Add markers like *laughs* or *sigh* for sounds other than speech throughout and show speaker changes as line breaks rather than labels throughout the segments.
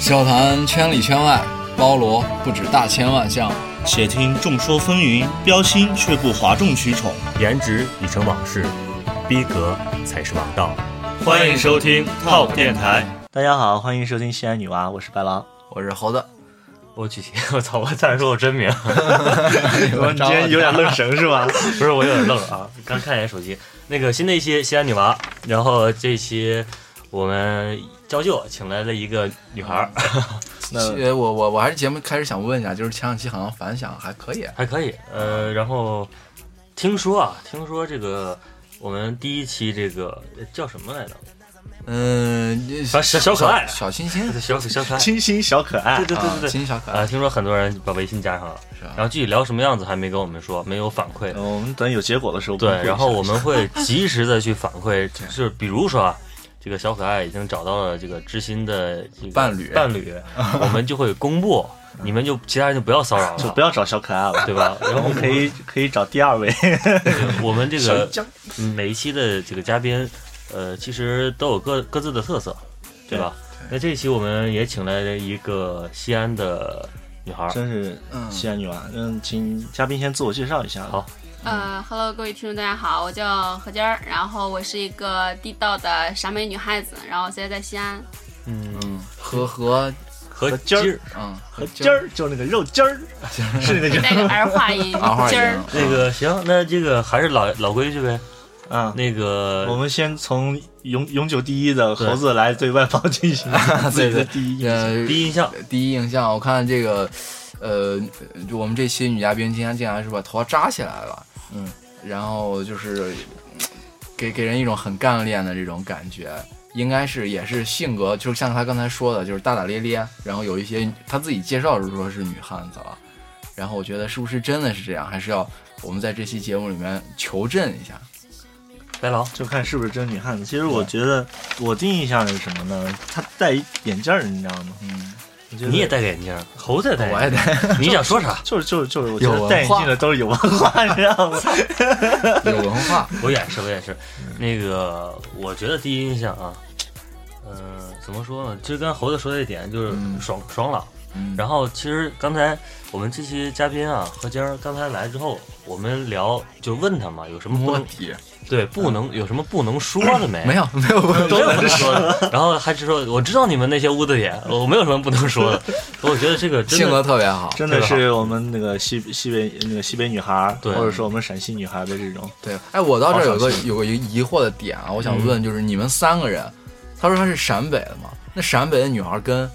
笑谈圈里圈外，包罗不止大千万项。
且听众说纷纭，标新却不哗众取宠。
颜值已成往事，逼格才是王道。
欢迎收听 TOP 电台。大家好，欢迎收听西安女娃，我是白狼。
我是猴子，
我去，我操！我差点说
*laughs*
我真名，
我
你今天有点愣神是
*laughs*
吧？
不是我有点愣了啊，刚看一眼手机。那个新的一期西安女娃，然后这一期我们照旧请来了一个女孩儿，
那
呃，我我我还是节目开始想问一下，就是前两期好像反响还可以，啊
还可以。呃，然后听说啊，听说这个我们第一期这个叫什么来着？
嗯，
小小小可爱
小清新，
小小可爱。
清新小可爱，
对对
啊
对对对。
清新小可
啊，
爱，
听说很多人把微信加上了，
是吧
然后具体聊什么样子还没跟我们说，没有反馈。
呃我们等有结果的时候公布一下。
对，然后我们会及时的去反馈，
*laughs*
就是比如说啊，这个小可爱已经找到了这个知心的这个
伴侣
伴侣，我们就会公布，你们就其他人就不要骚扰
就
了
不，要找小可爱了，
对嗯吧？然
我
后
们可以可以找第二位。
我们
*laughs*
这个
江
嗯每一期的这个嘉宾，呃，其实都有各各自的特色，对吧？那这一期我们也请来了一个西安的女孩儿，
*laughs* 真是
嗯
西安女娃。嗯，请嘉宾先自我介绍一下。
好
呃，Hello，各位听众，大家好，我叫何娟儿，然后我是一个地道的陕北女汉子，然后现在在西安。
嗯，
嗯，和和
和
尖儿
儿
嗯
和今儿就是那个肉筋儿， *laughs* 是那个筋
带个儿化音
*laughs* 儿，阿花
今儿
那个行，那这个还是老老规矩呗，
儿啊。
那个
我们先从永永久第一的猴子来对外方进 *laughs* 行自己的第一印象。
呃
第一印象，
第一印象，我看这个，呃，就我们这期女嘉宾今天竟然是把头发扎起来了，
嗯，
然后就是给给人一种很干练的这种感觉，应该是也是性格，就像她刚才说的，就是大大咧咧，然后有一些她自己介绍的时候说是女汉子了，然后我觉得是不是真的是这样，还是要我们在这期节目里面求证一下，
白狼，
就看是不是真女汉子。其实我觉得，我第一印象是什么呢？她戴一眼镜儿，你知道吗？
嗯，
我觉得
你也戴个眼镜儿，猴子也戴
我也
眼镜
得
*laughs* 儿，你想说啥？
就是就是就是，我
有
觉
文
得戴眼
化
镜的都是有文化，你知道吗？
有文化，
我也是，我也是。那个，我觉得第一印象啊，嗯，怎么说呢？其实跟猴子说的一点就是
嗯
爽爽朗。
嗯，
*laughs* 然后其实刚才我们这期嘉宾啊，何坚儿刚才来之后，我们聊就问他嘛，有什么不
问
能
题
对不能有什么不能说的没？
没有没有问题
都能说的。然后还是说，我知道你们那些污的点，我没有什么不能说的。我觉得这个真
性
的
格特别好，
真的是我们那个西西北那个西北女孩儿，
对
或者说我们陕西女孩的这种，
对，哎，我到这儿有
好
个
小气
有个疑惑的点啊，我
嗯
想问，就是你们三个人，他说他是陕北的嘛，那陕北的女孩跟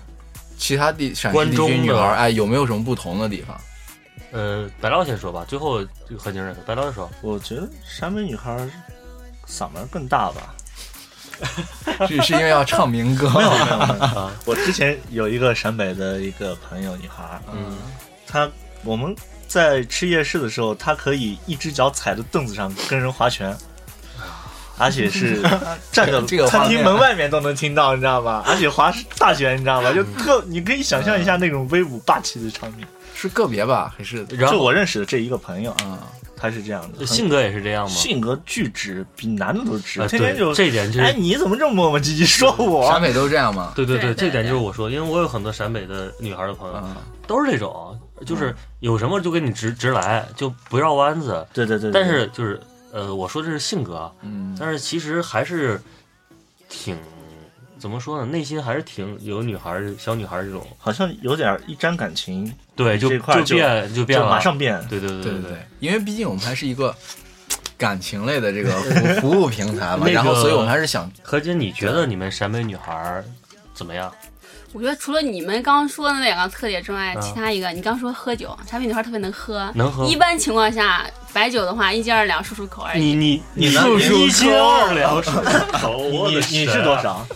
其他地陕西
关
地
中
区
的
女孩，哎，有没有什么不同的地方？
呃，白捞先说吧，最后这个何坚儿，白捞先说。
我觉得陕北女孩儿嗓门儿更大吧。 *laughs*
是是因为要唱民
*laughs*
歌？
没有没有我之前有一个陕北的一个朋友，女孩儿，
嗯，
她我们在吃夜市的时候，她可以一只脚踩在凳子上跟人划拳，而且是站着
这个画
餐
面
厅门外面都能听到，你知道吧？而且划大拳，你知道吧？就特，你可以想象一下那种威武霸气的场面。
*laughs* 是个别吧，还是
然
就
后
我认识的这一个朋友，啊，
啊？
他是这样的，
性格也是这样
很
吗？
性格巨直，比男的都直，
啊，
天天就
对，这嗯一点就
哎，
是。
你怎么这么磨磨唧唧说
陕
我？啊
北都这样吗？
对对
对对
这一点就是我说，因为我有很多陕北的女孩的朋友，
啊，
都是这种，
嗯
就是有什么就给你直直来，就不绕弯子。
对对对，对
但是就是呃，我说这是性格，
嗯，
但是其实还是挺怎么说呢，内心还是挺有女孩儿小女孩儿这种，
好像有点一沾感情，
对，就
这块儿就
变就变
就
了，
马上变。
对，对对
对对
对
对，因为毕竟我们还是一个感情类的这个
*laughs*
服服务平台嘛，
那个
然后所以我们还是想
何姐，你觉得你们陕北女孩儿怎么样？
我觉得除了你们刚刚说的那两个特点之外，
嗯
其他一个，你刚说喝酒，陕北女孩特别能喝，
能喝？
一般情况下，白酒的话一斤二两，漱漱口而已。
嗯
你你
哎你呢
你
你
一斤二 *laughs* 两漱口，
你
我
你
的
你是
神啊
多？啊少？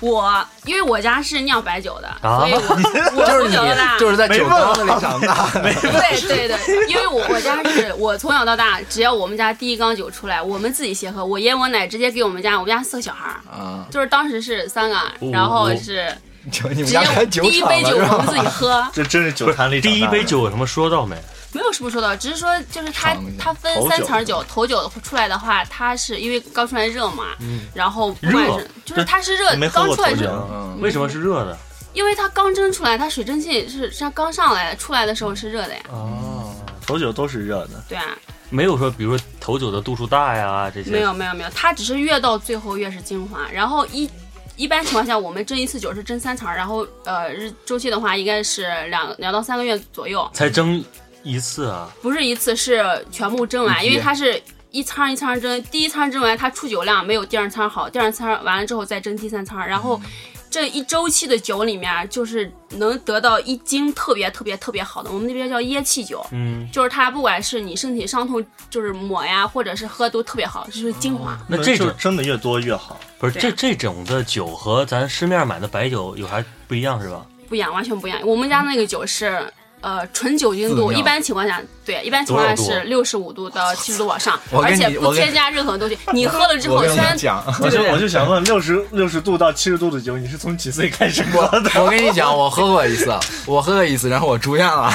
我因为我家是酿白酒的，所
*laughs*
以我我
啊就是
从
你
小到大，
就是在
没
酒
问
缸子里长大，
对对对，因为我我家是 *laughs* 我从小到大，只要我们家第一缸酒出来，我们自己先喝，我爷我奶直接给我们家，我们家四个小孩儿，
啊，
就是当时是三个，啊
哦
然后是
就你们
直
家开
接
酒
第一
厂了
杯酒
是
我
吧
们自？己喝，
这真是酒坛里
第一
长大的
杯，酒有什么说到没？
*laughs* 没有什么说的，只是说就是它
尝一下
它分
头酒
三层酒，头酒出来的话，它是因为刚
嗯
出来热嘛，然后不管
热
是就是它是热
你没，喝
刚
过
出来
头
热
酒，
嗯，
为什么是热的？
因为它刚蒸出来，它水蒸气是它刚上来出来的时候是热的呀，
啊
哦，
头酒都是热的，
对啊，
没有说，比如说头酒的度数大呀这些，
没有没有没有，它只是越到最后越是精华。然后一一般情况下，我们蒸一次酒是蒸三层儿，然后呃日周期的话应该是两两到三个月左右，
才蒸一次啊，
不是一次是全部蒸完，
一批
因为它是一仓一仓蒸，第一仓蒸完它出酒量没有第二仓好，第二仓完了之后再蒸第三仓，然后这一周期的酒里面就是能得到一斤特别特别特别好的，我们那边叫椰气酒。
嗯，
就是它，不管是你身体伤痛，就是抹呀，或者是喝都特别好，就是精华。
那这
就
种
蒸的越多越好。
不是
对啊
这这种的酒和咱市面买的白酒有啥不一样是吧？
嗯
不一样，完全不一样。我们家那个酒是。呃，纯酒精度
自酿
一般情况下，对，一般情况下
多少
是六十五度到七十度往上，
啊我跟
而
你
且不
我跟
添加任何东西。你喝了之后，
我跟
虽
你
然
讲，
我就
对对
我就想问，六十六十度到七十度的酒，你是从几岁开始喝
*laughs*
的？
*laughs* 我跟你讲，我喝过一次，我喝过一次，然后我住院了。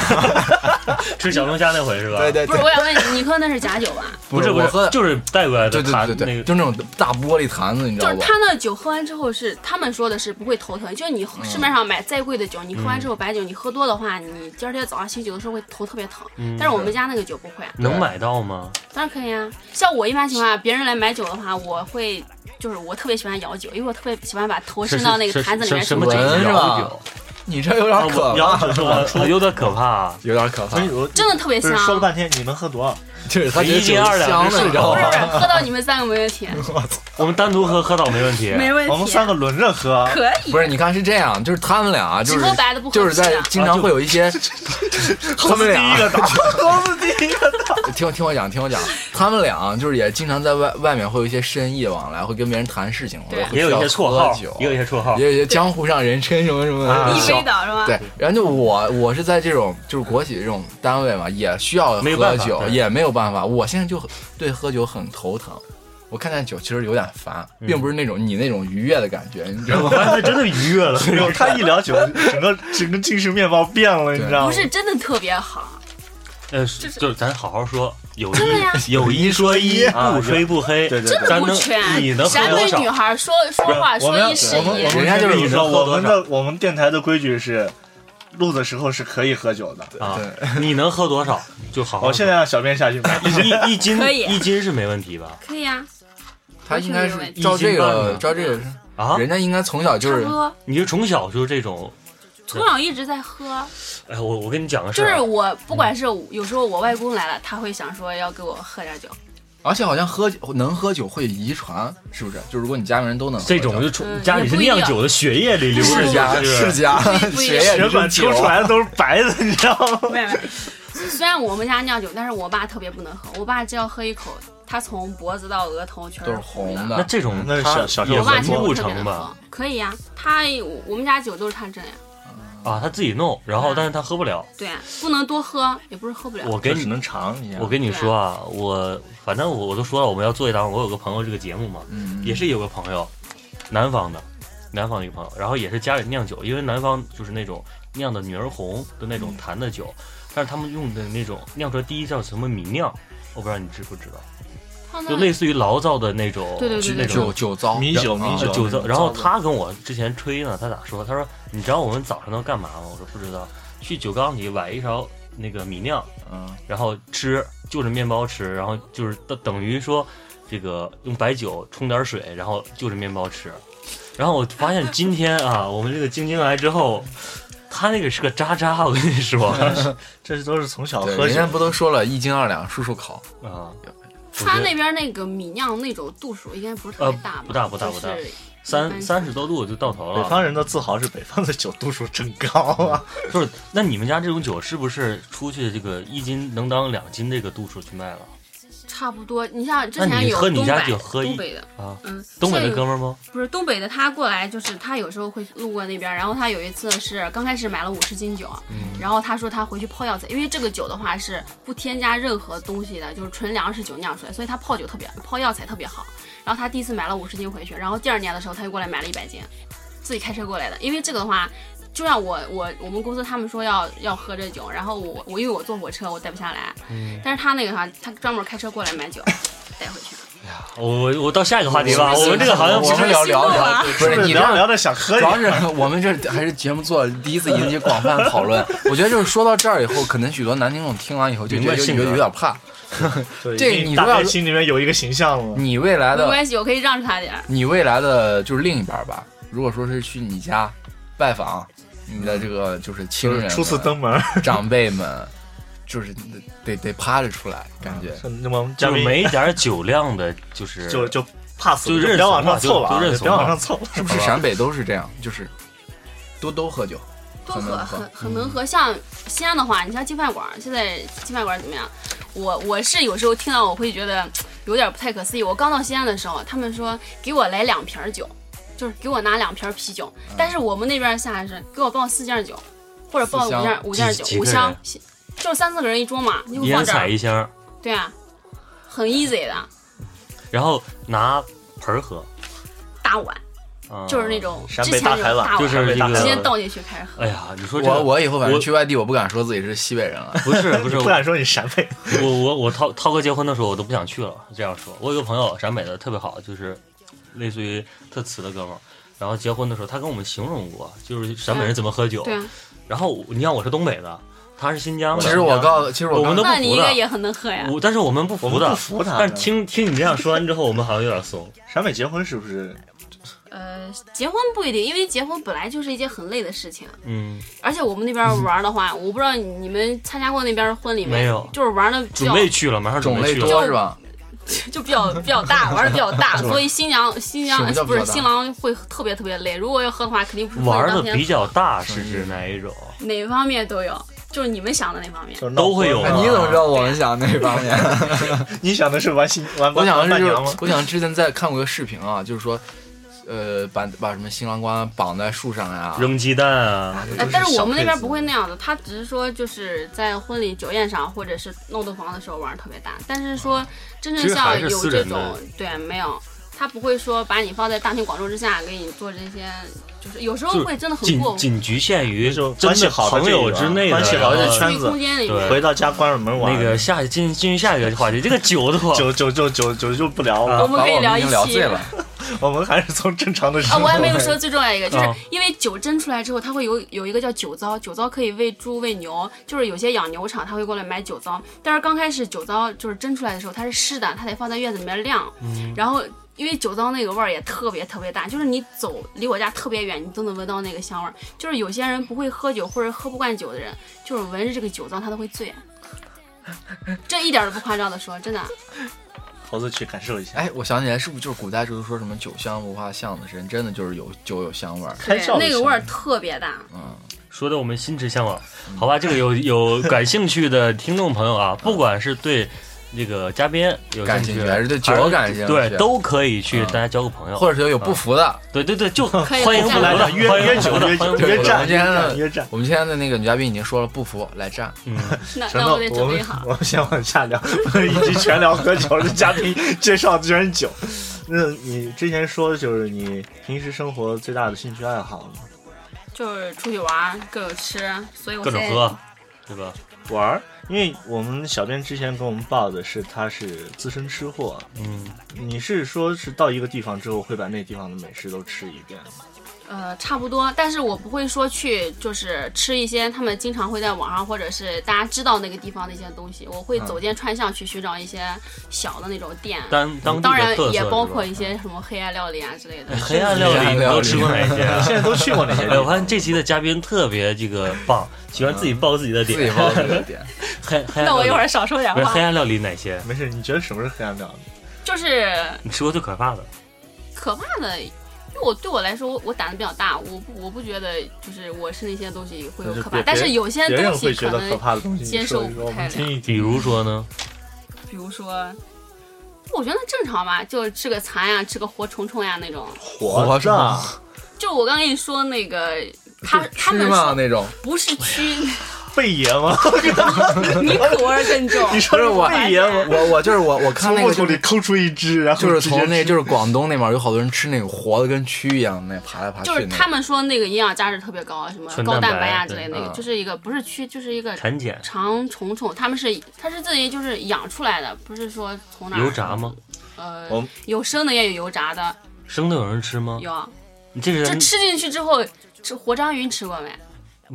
吃小龙虾那回是吧？
对，对
不是，
对，
我想问你，你喝那是假酒
*laughs*
吧？
不是不
我喝
是，
的，
就是带过来的
对对
盘
对
那
对，
个
就那种大玻璃坛子，你知
就
道
是
吧
他？那酒喝完之后是，他们说的是不会头疼，就是你市面上买再贵的酒，你喝完之后白酒，你喝多的话，你第二天早上醒酒的时候会头特别疼。
嗯
但是我们家那个酒不会，
能买到吗？
当然可以啊。像我一般情况下，别人来买酒的话，我会就是我特别喜欢摇酒，因为我特别喜欢把头伸到那个坛子里面
是是是什
去
么酒？
闻是吧
洋酒
你这有点可
摇
怕，
酒是往出
啊，有点可怕啊。
有点可怕
所以，我
真的特别
不
香
是。说了半天，你能喝多少？
就是他觉得
一斤
酒
二两
香
就
的，
是
你知道
不是
吗
不？是，喝到你们三个没问题，
我们单独喝喝倒 *laughs* 没问题，
没问
我们
题，
三个轮着喝，
*laughs*
啊
可以。
不是，你看是这样，就是他们俩啊就
只
是
喝白的不喝
就是在
赤的
经常会有一些，
啊
*laughs* 他们俩
个打，猴子第一个打。
听听我讲，听我讲，他们俩就是也经常在外外面会有一些深意往来，会跟别人谈事情，或者
对
会
也有一些
需
绰
要
号
喝酒，
也有一些绰号
也。有一些江湖上人称什么什么
*laughs* 啊
的
一
小
杯倒是吧？
对，然后就我我是在这种就是国企这种单位嘛，也需要
没有办
喝
法
酒，
对
也没有办法。我现在就很对喝酒很头疼，我看见酒其实有点烦，
嗯
并不是那种你那种愉悦的感觉，你知道
我 *laughs*
吗？
发现真的愉悦了，
没有，他一聊酒，整个整个精神面貌变了，你知道吗？
不是真的特别好，
呃，就是咱好好说，有
真的呀
一有一说一，不吹不黑，
啊对对对
真的
咱
不
能
全。
你能喝
咱
多
对
少
女孩说说话
我
说
们要
一是
我们我
一，
们
人家就是
跟你说，
你能喝
我
多
们
少
的我们电台的规矩是，录的时候是可以喝酒的。
啊？你能喝多少就好好喝。
我现在让小编下去买。
一一斤
可以
一斤是没问题吧？
可以啊，
他应该是
完全没有问
题
照这
一斤半
个
呢
照这个，
啊，
人家应该从小就
差不
是
多。
你就从小就是这种，
从小一直在喝，
哎，我我跟你讲个事
就是
儿啊，
我不管是有时候我外公来了，他会想说要给我喝点酒，
而且好像喝能喝酒会遗传，是不是？就如果你家里人都能喝
这种
酒
就从
嗯
家里是
也不一样
酿酒的血液里流
世
着
家
的，
世
是
家
不一
血液
血
里
管
是
抽
酒
出。
*laughs*
来的都是白的，你知道吗？
*laughs* 没有没有。虽然我们家酿酒，但是我爸特别不能喝，我爸只要喝一口，他从脖子到额头全
都是
红
红的
那这种
那是
它
小小时候
也
我爸
闻
其实
不
不特别
成
能
吧
喝？，可以呀、啊他我我们家酒都是他斟呀，
啊，他自己弄，然后
嗯
但是他喝不了。
对啊，不能多喝，也不是喝不了。
我给你
只能尝一下。
我跟你说啊，我反正我我都说了，我们要做一档，我有个朋友这个节目嘛，
嗯
也是有个朋友，南方的，南方一个朋友，然后也是家里酿酒，因为南方就是那种酿的女儿红的那
嗯
种坛的酒，但是他们用的那种酿出来第一叫什么米酿，我不知道你知不知道，
放
就
在
类似于醪糟的那种，
对对对
那
对
酒
种。
酒糟
米酒
然后
米
呃
酒
酒糟，然后
糟的
他跟我之前吹呢，他咋说？他说：“你知道我们早上都干嘛吗？”我说：“不知道。”去酒缸里崴一勺那个米酿，
嗯
然后吃，就着面包吃，然后就是等等于说这个用白酒冲点水，然后就着面包吃。然后我发现今天啊，我们这个晶晶来之后，他那个是个渣渣，我跟你说啊，
这都是从小
对，
喝
人
酒
家，不都说了一斤二两漱漱口，
啊我觉
他
得
那边那个米酿那种度数应该不是特别大吧？
呃不大不大不大
就是
三三十多度就到头
北
了。
方人的自豪是北方的酒度数真高啊。
就是那你们家这种酒是不是出去这个一斤能当两斤这个度数去卖了
差不多。你像之
那
前
你
有
喝你
东
家
北
酒喝一
东北的，
啊？
嗯，
东北
像
的
有
哥们儿吗？
不是东北的，他过来就是他有时候会路过那边，然后他有一次是刚开始买了五十斤酒，然后他说他回去泡药材，因为这个酒的话是不添加任何东西的，就是纯粮食酒酿出来，所以他泡酒特别泡药材特别好。然后他第一次买了五十斤回去，然后第二年的时候他又过来买了一百斤，自己开车过来的，因为这个的话。就像我我我们公司他们说要要喝这酒，然后我我因为我坐火车我带不下来，但是他那个啥他专门开车过来买酒带回去，
我我到下一个话题吧，
我
我们这个好像
我们聊聊聊，
啊
不
*laughs* 是
是你这
聊着
样
聊着想喝
主
你
要，是我们这还是节目做第一次引起广泛讨论，我觉得就是说到这儿以后，可能许多男听众听完以后就觉得有
明白性格
有有点怕。
对
这
你
你
大
都要
概心里面有一个形象了。
你未来
没
的
关系，我可以让着他点儿。
你未来的就是另一半吧，如果说是去你家拜访你的这个就是亲
就
人
是
们、
初次登门，
长辈们，就是得得趴着出来，感觉。
是那么嘉
就
宾
是没一点酒量的，就是
就就 pass，
就
了
认
不要
怂
往上
了就
凑了啊，
就认
就不
怂
要往
了
上凑了。
是不是陕北都是这样？就是多多喝酒，
多
很
喝，
能喝
很
嗯
很能喝。像西安的话，你像金饭馆儿，现在金饭馆儿怎么样？我我是有时候听到我会觉得有点不太可思议。我刚到西安的时候，他们说给我来两瓶儿酒，就是给我拿两瓶儿啤酒，
嗯
但是我们那边儿下来是给我报四件儿酒，或者报五
四
件
箱
儿五件儿
几几个
酒，五箱
人，
就是三四个人一桌嘛，你
一
就
人
放这
踩
儿，
一箱，
对啊，很 easy 的
然后拿盆儿喝，
大碗，
嗯
啊
就是那种
陕
之
北
前
大
那
海
种
碗
大碗，
就是这
直接
个
倒进去开始喝。
哎呀，你说这
我
个
我以后反正
我
去外地，我不敢说自己是西北人了。
不是
*laughs*
不是
你不
我
敢说你陕北，
我我我涛涛哥结婚的时候我都不想去了，这样说。我有个朋友陕北的特别好，就是类似于特瓷的哥们儿，然后结婚的时候他跟我们形容过，就是陕北人怎么喝酒。
对啊，
然后你看我是东北的，他是新疆的，
其实我告，其实我
我们
刚
都不
那你应
服
该
的
也很能喝呀。
我但是我们不
我
服
们不
的。
服他。
但是听听你这样说完之后，我们好像有点怂。
陕北结婚是不是
呃，结婚不一定，因为结婚本来就是一件很累的事情，
嗯，
而且我们那边玩儿的话，我不知道你们参加过那边的婚礼
没有
就是玩的比
准
较
备去了，马上准
种
备
类
去
就
多
了。
是吧？
就比较比较大，玩的比较
*laughs*
大，所以新娘新娘
什么叫
呃不
比
是
较大
新郎会特别特别累，如果要喝的话，肯定不是
玩
喝
的
当
比
天，
较大
嗯
是指哪一种？
哪方面都有，就是你们想的那方面。
就是闹
都会有
婚
哎
啊
你怎么知道我们想那方面？
你想的是玩新玩
*laughs* 我想
玩
的
伴
是，
娘吗
就？我想之前在看过个视频啊，就是说，呃，把把什么新郎官绑在树上呀、
扔鸡蛋啊，
哎，但是我们那边不
会。
会那样的，他只是说就是在婚礼酒宴上或者是弄洞房的时候玩儿特别大，但是说真
其
正
实还
像
是私
有这
人
种
的
对没有，他不会说把你放在大庭广众之下给你做这些，就是有时
就
候
是
会真的很
仅
过分，
仅局限于
就是
真
关系
的
好的
朋
这
友
一
之
个
内的
关系好的
然后
圈
私密
子
呃空间里
呃对
面。
回到家关上门玩，
那个下进进入下一个话题，这个酒的话，
酒酒酒酒酒就不聊
我
了，
们
把
可以
我们已
一
经聊
期
醉了。
我们还是从正常的
啊，
生活
我还没有说最重要一个，就是
啊
嗯
因为酒蒸出来之后，它会有有一个叫酒糟，酒糟可以喂猪喂牛，就是有些养牛场他会过来买酒糟，但是刚开始酒糟就是蒸出来的时候它是湿的，它得放在院子里面晾，
嗯
然后。因为酒糟那个味儿也特别特别大，就是你走离我家特别远，你都能闻到那个香味儿。就是有些人不会喝酒或者喝不惯酒的人，就是闻着这个酒糟他都
*laughs*
会醉，这一点儿都不夸张的说，真的。
猴子去感受一下。
哎，我想起来，是不是就是古代就是说什么酒香不怕巷子深，真的就是有酒有香味儿。
开窍了
对那
一
个
下
味儿特别大。
说的我们心驰向往，好吧？这个有有感兴趣的听众朋友啊，不管是对那个嘉宾有
感兴
兴
趣
趣，
还是对酒感兴趣
对都可以去，
嗯
大家交个朋友，
或者是有不服
啊
的，
对对对，就欢迎
以
欢迎
这
不
样
来的，
来约
欢迎
约
不
酒
来的
约
欢迎不来
约
的
战
我今天
约
的
战约战。
我们今天的那个女嘉宾已经说了不服来战，
嗯，
那
行，
那
那
我得准
我
备
们
好。
我们先往下聊， *laughs* 不能一直全聊喝酒，这嘉宾介绍全是酒。 *laughs* 那你之前说就是你平时生活最大的兴趣爱好吗
就是出去玩儿，各种吃，所以我
各
现
种
在
喝，对吧？
玩儿，因为我们小编之前给我们报的是他是资深吃货，
嗯，
你是说是到一个地方之后会把那地方的美食都吃一遍吗？
呃差不多，但是我不会说去就是吃一些他们经常会在网上或者是大家知道那个地方的一些东西，我会
嗯
走街串巷去寻找一些小的那种店，
当当地
当
的
然
特色
也
是吧
包括一些什么黑暗料理啊之类的。
黑暗料
黑
理，
暗
你
料
都
理
吃过哪些啊？
现在都去过那些
哎，
地
我 *laughs* 发
方
现。这期的嘉宾特别这个棒，喜欢自己爆自己的
嗯
自己
点。
报这
*laughs*
个点。
*laughs* 黑黑暗
那我一
料
会
理
儿少说点
不是
话
黑，暗料理哪些？
没事，你觉得什么是黑暗料理？
就是
你吃过最可怕的？
可怕的。因为我对我来说，我我胆子比较大，我不我不觉得就是我吃那些东西会有
就是
可
别
怕，但是有些
别人
东
会
西
觉
可
得
能
可怕的东西，
接
你 *laughs* 说
受
一说，我
不太
们
了。
听一听。
比如说呢？
比如说，我觉得正常吧，就吃个蚕呀，吃个活虫虫呀那种。
活
活
着
着，
就我刚跟你说那个，他
是
他
吃
们
吗？
说
那种
不是蛆，
贝爷吗？
*laughs*
你口味儿更重。
你说
不是我
贝爷吗？
我我就是我我看
从
那
木
个
头
就
里
是
抠出一只，然后
就是
直接
从那
吃
就是广东那边有好多人吃那种活的跟蛆一样的那爬来爬去
就是
那
他
种。
们说那个营养价值特别高，啊什么
纯
高
蛋
蛋白
白
呀
啊
之类的，
对
那
嗯
个就是一个不是蛆，就是一个
产检
长虫虫，他们是它是自己就是养出来的，不是说从哪儿
油炸吗？
呃
哦
我们
有生的也有油炸的，
生的有人吃吗？
有。
你这是
就
咱
吃进去之后，吃活章鱼你吃过没？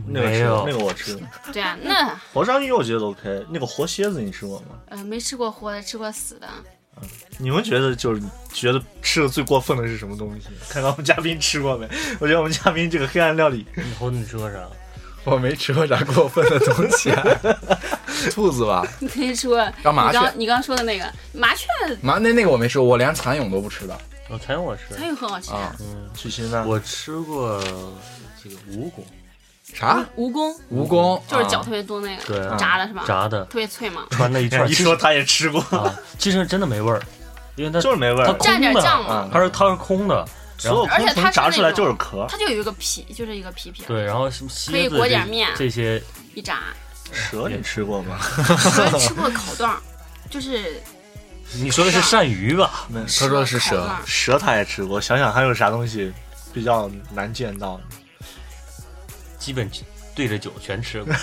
那个
没
吃
有
那个我吃，
对啊，那
活章鱼我觉得 OK，那个活蝎子你吃过吗？
呃没吃过活的，吃过死的。
你们觉得就是觉得吃的最过分的是什么东西？ *laughs* 看看我们嘉宾吃过没？我觉得我们嘉宾这个黑暗料理，
你猴子你吃过啥？
我没吃过啥过分的东西、 *laughs* 兔子吧，
你可以吃过
*laughs* 刚麻
你
雀，
刚你刚说的那个麻雀，
麻那那个我没吃，过，我连蚕蛹都不吃的
我蚕蛹我吃
它，又很好吃。
啊。
嗯，
巨星呢？
我吃过这个蜈蚣，
啥？
蜈蚣
蜈蚣
就是
啊
脚特别多那个，
对，
炸的是吧？
炸的，
特别脆嘛，
穿的
*laughs*
一串儿。
一
其实
说他也吃过，
啊，其实真的没味儿，因为它
就是没味
它
儿
空。
蘸点
的
酱
啊
嘛，
它是它是空的，然
所有
后
而且
空瓶
它是
炸出来
那
就
种
是壳儿，
它就有一个皮，就是一个皮皮儿，
对，然后什么
可以
蝎子
裹点
这
面
这些，
一炸。 *laughs*
蛇你吃过吗？ *laughs*
我吃过烤段儿，就是
你说的是鳝鱼吧？
没有
他说的是
烤
蛇
段儿，
蛇他也吃过，想想还有啥东西比较难见到的？
基本对着酒全吃过，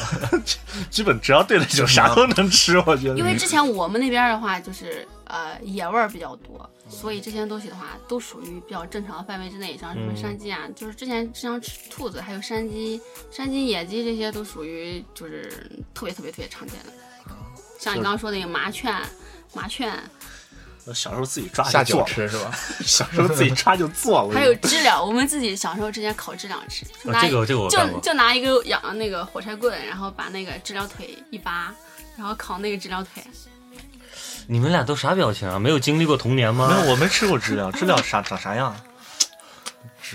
基本只要对了酒，啥都能吃。我觉得，
因为之前我们那边儿的话，就是呃野味儿比较多，
嗯
所以这些东西的话都属于比较正常的范围之内，像什么
嗯
山鸡啊，就是之前经常吃兔子，还有山鸡、山鸡、野鸡这些都属于就是特别特别特别常见的。像你刚刚说那个麻雀，麻雀，
我呃小时候自己抓
*laughs* 下
就
酒
做，
吃是吧？
小时候
*laughs*
自己抓就做。我
还有知了，我们自己小时候之前烤知了吃，就
啊
拿
这个这个我干
就
过。
就拿一个养那个火柴棍，然后把那个知了腿一扒，然后烤那个知了腿，
你们俩都啥表情啊？没有经历过童年吗
没？有，我没吃过知了，知了啥长啥样？啊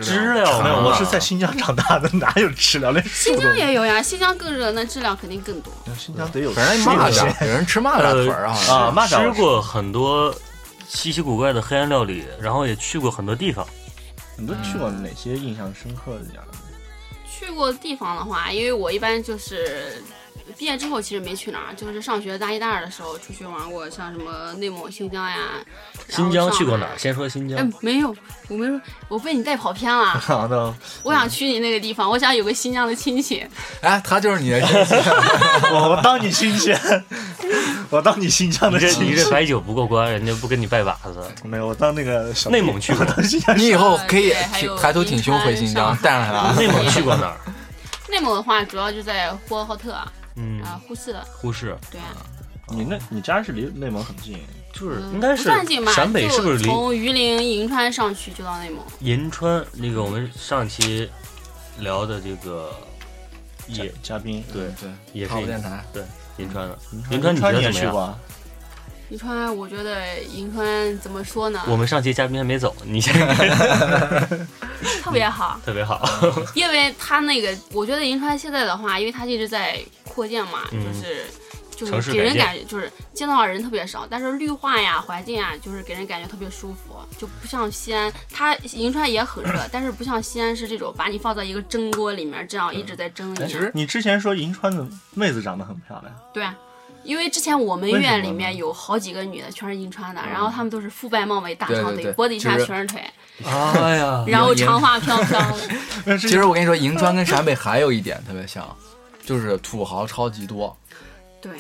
知了
没有，
啊
我是在新疆长大的，哪有知了？连树
新
都
疆
没
也有呀，新疆更热，那知了肯定更多。
有。新疆得有
反正
树
蚂
的
蚱，有人吃蚂蚱腿
呃
儿啊，好像
啊，蚂蚱
吃过很多稀奇古怪的黑暗料理，然后也去过很多地方。
你都去过哪些印象深刻的地方？
去过的地方的话，因为我一般就是毕业之后其实没去哪儿，就是上学大一大二的时候出去玩过，像什么内蒙、新疆呀。
新疆去过哪
儿
儿？？先说新疆
哎，，没有，我没说，我被你带跑
*laughs*
偏了。
好的，
我想去你那个地方，我想有个新疆的亲戚。
哎，他就是你的亲戚，
我我当你新鲜， *laughs* 我当你新疆
你
的
这
亲
你
戚，
这白酒不过关，人家不跟你拜把子。
没有，我当那个小
内蒙去过
我当新疆
你以后可以
*laughs* 对还有
挺抬头挺胸回新疆，
银川
带上啊他。
内蒙去过哪儿？
内蒙的话，主要就在呼和浩特啊、
嗯，
呼市，
呼市
对啊，
你那你家是离内蒙很近，
就是
嗯
应该
不
是
算近吧？
陕北，
就是
不是离
从榆林、银川上去就到内蒙？
银川那个我们上期聊的这个也
嘉嘉宾
对
对，
也是
跑电台，
对银川的，
银
银川你觉得
你也
怎么
去
样
过？啊？
银川，我觉得银川怎么说呢？
我们上期嘉宾还没走，你 *laughs* 先
特别好。
特别好，
因为它那个，我觉得银川现在的话，因为它一直在扩建嘛，
嗯
就是就
城
是
市
给人
改建
感觉就是街道上人特别少，但是绿化呀、环境啊，就是给人感觉特别舒服，就不像西安。它银川也 *clears throat* 很热，但是不像西安是这种把你放在一个蒸锅里面，这样一直在蒸你。
其实
你之前说银川的妹子长得很漂亮，
对啊。因为之前我们
为什么
院里
呢
面有好几个女的，全是银川的，然后她们都是肤白貌美、大
对
长
对
腿，
对
脖子以下
就是
全是腿， *laughs*
哎呀，
然后
银
长发飘飘。
那之
其
前
实我跟你说，银川跟陕北还有一点特别像，就是土豪超级多，
对，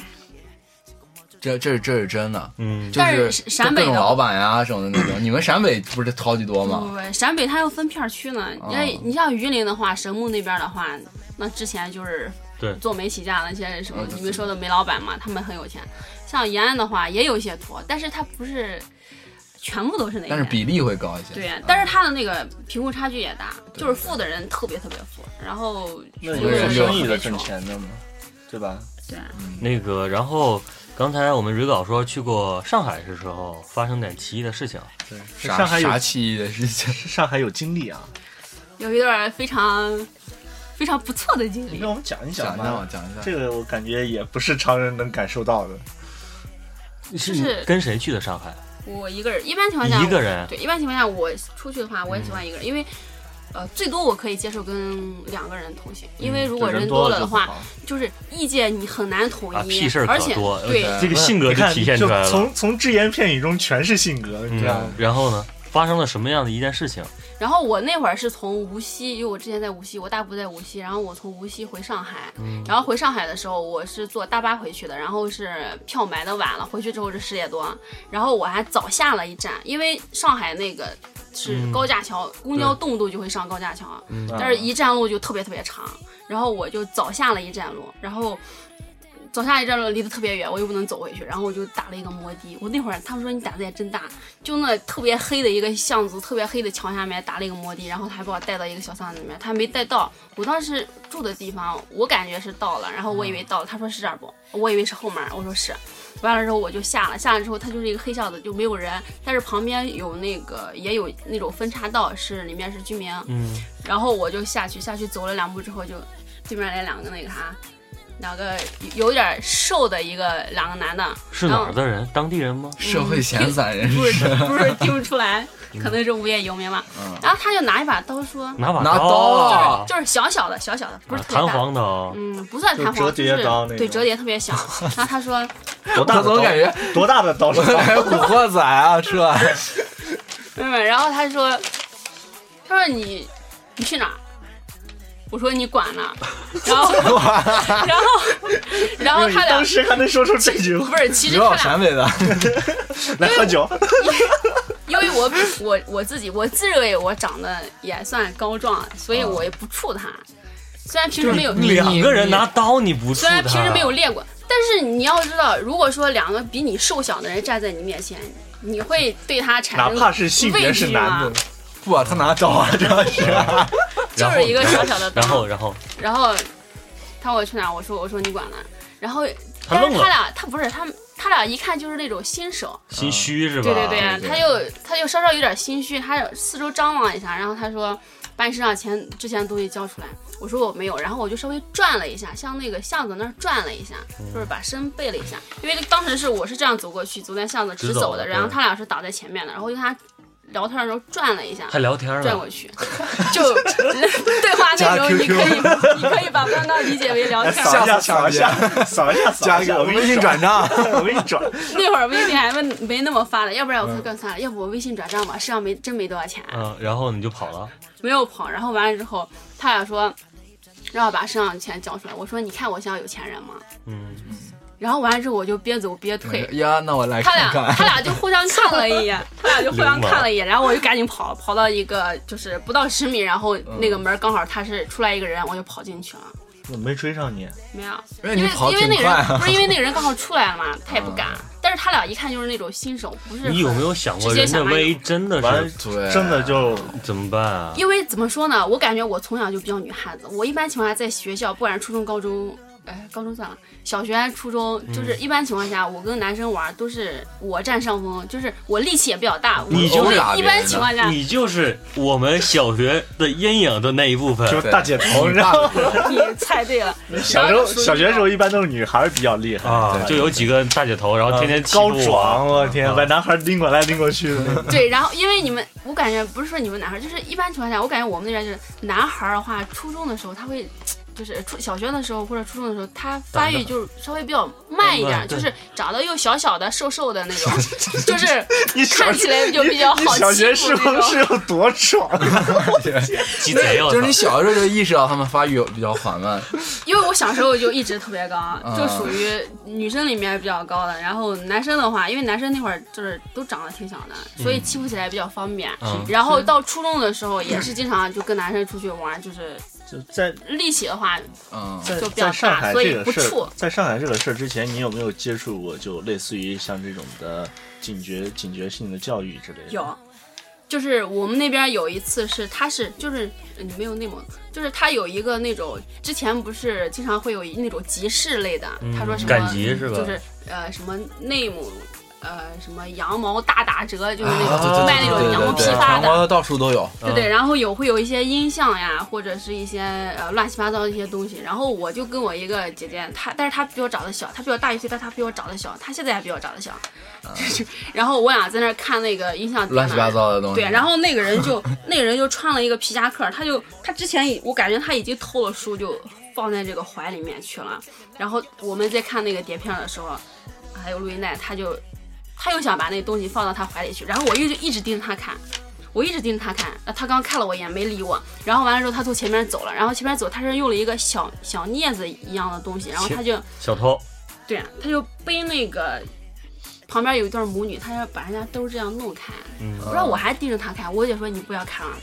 这这是这是真的。
嗯，
就
但是
是
陕北
各种
的嗯
老板呀什么的那种，你们陕北不是超级多
不不
吗？
不，陕北它要分片儿区呢。
哦
你、你像榆林的话，神木那边儿的话，那之前就是
对
做煤起家的那些什么
哦对
你们说的煤老板嘛，他们很有钱。像延安的话，也有一些土，但是它不是全部都是那边。
但是比例会高一些。
对呀
嗯，
但是它的那个贫富差距也大，
对
就是富的人特别特别富，然后
那
穷
有
人
做生意
特
的
别
挣
穷。
钱的嘛，对吧？
对，
那个，然后刚才我们蕊稿说去过上海的时候发生点奇异的事情，
对，上
啥
海有
啥气的事情，
上海有经历啊，
有一段非常非常不错的经
你
历
给。我们讲一
讲一下
吧
吧，。讲一下。
这个我感觉也不是常人能感受到的。
是
就是
你跟谁去的上海？
我一个人，一般情况下
一个人，
对，一般情况下我出去的话，我
嗯
也喜欢一个人，因为。呃，最多我可以接受跟两个人同行，
嗯
因为如果
人
人多了
就
的
不
话，
好，
就是意见你很难统一，
啊屁事儿可
而且
多
对
对
这个性格
你
就
看
体现出来
就
了。
从从只言片语中全是性格，你知道吗
嗯？，然后呢？发生了什么样的一件事情？
然后我那会儿是从无锡，因为我之前在无锡，我大姑在无锡，然后我从无锡回上海，
嗯
然后回上海的时候我是坐大巴回去的，然后是票买的晚了，回去之后是十点多，然后我还早下了一站，因为上海那个是
嗯
高架桥，公交动不动就会上高架桥，
嗯
但
啊
是一站路就特别特别长，然后我就早下了一站路，然后。早下一站路离得特别远，我又不能走回去，然后我就打了一个摩的。我那会儿他们说你胆子也真大，就那特别黑的一个巷子，特别黑的桥下面打了一个摩的，然后他还把我带到一个小巷子里面，他没带到。我当时住的地方，我感觉是到了，然后我以为到了，他说是这儿不？我以为是后门，我说是。完了之后我就下了，下了之后它就是一个黑巷子，就没有人，但是旁边有那个也有那种分岔道，是里面是居民，
嗯，
然后我就下去，下去走了两步之后就，对面来两个那个啥，两个有有点瘦的一个两个男的，
是哪儿的人？当地人吗？
社会闲散人
不
士
*laughs*
是不是听不出来，可能是无业游民吧。
嗯
然后他就拿一把刀说，
拿把
拿刀
刀
啊
就是小小的小小的，不是
啊
特
弹
别大。
簧刀，
嗯，不算弹簧，
就折叠刀那
就是
种
对折叠特别小。然后他说，
多大
我
的
*laughs* 总
刀？
感 *laughs* 觉
多大的刀是
我
吧？
感觉古惑仔啊，是 *laughs* 吧？
嗯，然后他说，他说你你去哪儿？我说你管呢。然后然后然后
你
他俩
当时还能说出这句话
*laughs* 不是，其实
刘
他
老
俩
陕北的，
来喝
*laughs*
酒，
因为我我我自己我自认为我长得也算高壮，所以我也不怵他。虽然平时没有，
你
两个人拿刀你不怵
虽然
他啊
平时没有练过，但是你要知道，如果说两个比你瘦小的人站在你面前，你会对他产
哪
生
怕是性别
畏
是
惧
男
吗
的？，
不啊，他拿刀啊，这样是啊。
就
然后
是一个小小的刀。
然后，然后
然后他问我去哪儿，我说我说你管呢。然后
他
但
愣
是他
了，
俩他不是他们他俩一看就是那种新手，
心虚是吧？
对对对，
对
他就他就稍稍有点心虚，他就四周张望一下，然后他说把你身上钱之前的东西交出来。我说我没有，然后我就稍微转了一下，向那个巷子那儿转了一下，
嗯
就是把身背了一下，因为当时是我是这样走过去，走在巷子直
直走
走
的
的，然后
对
他俩是打在前面的，然后我就跟他聊天的时候转了一下。
还聊天
转
呢，
过去，就 *laughs* 对话内容，你可以你可以把刚刚理解为聊
*laughs*
天儿。
扫
下
一下，扫一
次
下，扫一下，扫
*laughs* 加
一
一
下，
个
我给
微
你
信转
转
账，
*laughs* 我给你转。
那会儿微信还没没那么发达，要不然我更算了，要不我微信转账吧，身上没真没多少钱。啊
嗯，然后你就跑了，
没有捧，然后完了之后，他俩说让我把身上的钱交出来，我说你看我像有钱人吗？
嗯，
然后完了之后我就边走边退，
哎呀，那我来
他
看
俩
看。
他俩就互相看了一眼，他俩就互相看了一眼，然后我就赶紧跑，跑到一个就是不到十米，然后
嗯
那个门刚好他是出来一个人，我就跑进去了。
我没追上你，
没有，
因为你
因为
跑
因为
挺
那个
快
人
啊嗯
不，是因为那个人刚好出来了嘛，他也不敢。但是他俩一看就是那种新手，不是
你有
很
没有想过，
直接
人
想
家
买
万一真的
完
是
对，
真的就
怎么办啊？
因为怎么说呢，我感觉我从小就比较女汉子。我一般情况下在学校，不管是初中、高中，哎，高中算了，小学、初中，就是
嗯
一般情况下，我跟男生玩都是我占上风，就是我力气也比较大。我
你就是
我
打
一般
别人
情况下，
你就是我们小学的阴影的那一部分，
就大姐头，你知
大
道吗？
你猜对了。
小时候小学时候一般都是女孩比较厉害呃
啊，
对
就有几个大姐头，然后天天欺负
啊高
我
壮，我天，
啊
把男孩拎过来拎过去的
*laughs*
那种。
对，然后因为你们，我感觉不是说你们男孩儿，就是一般情况下，我感觉我们那边就是男孩儿的话，初中的时候他会，就是初小学的时候或者初中的时候，他发育就是稍微比较慢一点儿，
对
就是长得又小小的、瘦瘦的
*laughs*
那种，就是
你小
看起来就比较
你
好
小学
欺
时
负
候
那
是
种。
有多壮？
鸡贼啊我
就是你
操！
小时候就意识到他们发育比较缓慢，
因为我小时候就一直特别高，就属于女生里面比较高的。然后男生的话，因为男生那会儿就是都长得挺小的，所以欺负起来比较方便。
嗯
然后到初中的时候，也是经常就跟男生出去玩儿，就是
就在
力气的话，
嗯，
在
就比较
在上
大
海
所以
这个
不
事儿
怵，
在上海这个事儿之前，你有没有接触过就类似于像这种的警觉警觉性的教育之类的？
有，就是我们那边有一次是，他是就是呃你没有内蒙，就是他有一个那种之前不是经常会有一那种集市类的，
嗯
他说什么
赶集是吧
就是呃什么内蒙。呃，什么羊毛大打折，就是那
啊对
种
对
卖那
对
种
对
羊毛批
对嗯
发
全
的，
国到处都有。
对对，然后有会有一些音像呀，或者是一些呃乱七八糟的一些东西。然后我就跟我一个姐姐，她但是她比我长得小，她比我大一岁，但她比我长得小，她现在还比我长得小。 *laughs* 然后我俩在那儿看那个音像展
啊乱七八
览
糟的东西。
对，然后那个人就那个人就穿了一个皮夹克，他就他之前已我感觉他已经偷了书，就放在这个怀里面去了。然后我们在看那个碟片的时候，还有录音带，他就他又想把那个东西放到他怀里去，然后我又就一直盯着他看，我一直盯着他看，呃他刚看了我一眼，没理我。然后完了之后，他从前面走了，然后前面走，他是用了一个小小镊子一样的东西，然后他就
小偷，
对，他就背那个旁边有一对母女，他要把人家都这样弄开。
嗯，
不知道我还盯着他看，我姐说你不要看了，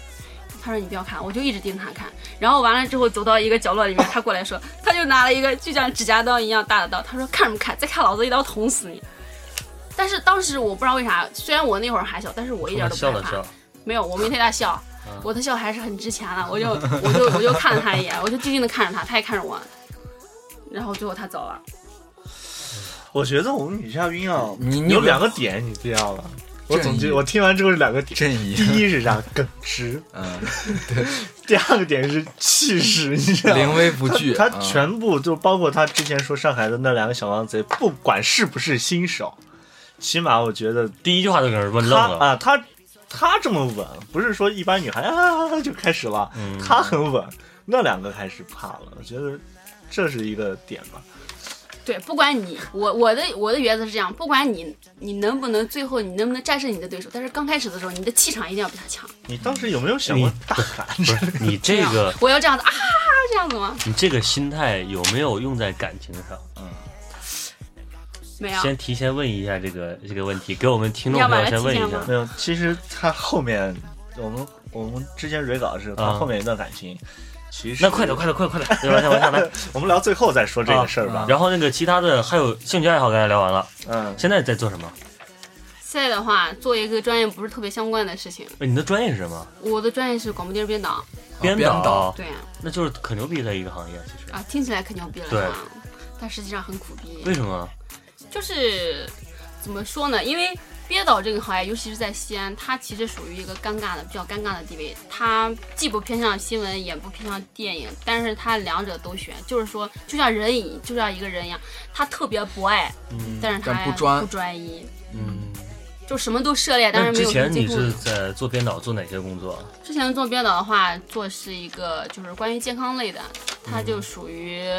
他说你不要看，我就一直盯着他看。然后完了之后走到一个角落里面，他过来说，他就拿了一个就像指甲刀一样大的刀，他说看什么看，再看老子一刀捅死你。但是当时我不知道为啥，虽然我那会儿还小，但是我一点
他
儿都不
笑
害
了
怕。
笑，嗯
没有，我没对他笑，我的笑还是很值钱的。我就我就我就看了他一眼，我就静静的看着他，他也看着我，然后最后他走了。
我觉得我们女校运要
你你
有两个点你不要了，我总
正
结
义
我听完之后是两个点，
正义，
第一是啥耿直，
嗯，
*laughs* 第二个点是气势，你知道吗？
临危不惧，
他他
嗯
全部就包括他之前说上海的那两个小王贼，不管是不是新手，起码我觉得
第一句话就给人问
他
愣了，
啊，他他这么稳，不是说一般女孩啊就开始了，*laughs*
嗯，
他很稳，那两个开始怕了，我觉得这是一个点吧。
对，不管你，我我的我的原则是这样，不管你你能不能最后你能不能战胜你的对手，但是刚开始的时候你的气场一定要比他强。
你当时有没有想过
你
大胆？
不
*laughs*
是你这个
我要这样子啊，这样子吗？
你这个心态有没有用在感情上？
没有，
先提前问一下这个这个问题，给我们听众
要
朋
把
友
它
先问
提
一
前吗
下。
没有，其实他后面我们我们之前蕊稿是他
啊
后面一段感情，其实
那快点，快点，快点快点，对吧？再往下来。 *laughs*
我们聊最后再说这个事儿吧。
然后那个其他的还有兴趣爱好，刚才聊完了，
嗯，
现在在做什么？
现在的话做一个专业不是特别相关的事情，
呃你的专业是什么？
我的专业是广播电视编导，
啊
编
编导，
对
那就是可牛逼的一个行业，其实。
啊，听起来可牛逼了，
对
是吧但实际上很苦逼。
为什么？
就是怎么说呢？因为编导这个行业，尤其是在西安，它其实属于一个尴尬的、比较尴尬的地位。它既不偏向新闻，也不偏向电影，但是它两者都选，就是说，就像人一，就像一个人一样，他特别博爱，
嗯
但是他
但不专
不专一，
嗯。
就什么都涉猎，但
那
是没
之
有
前你
接触
是在做编导，做哪些工作？
之前做编导的话，做是一个就是关于健康类的，它就属于、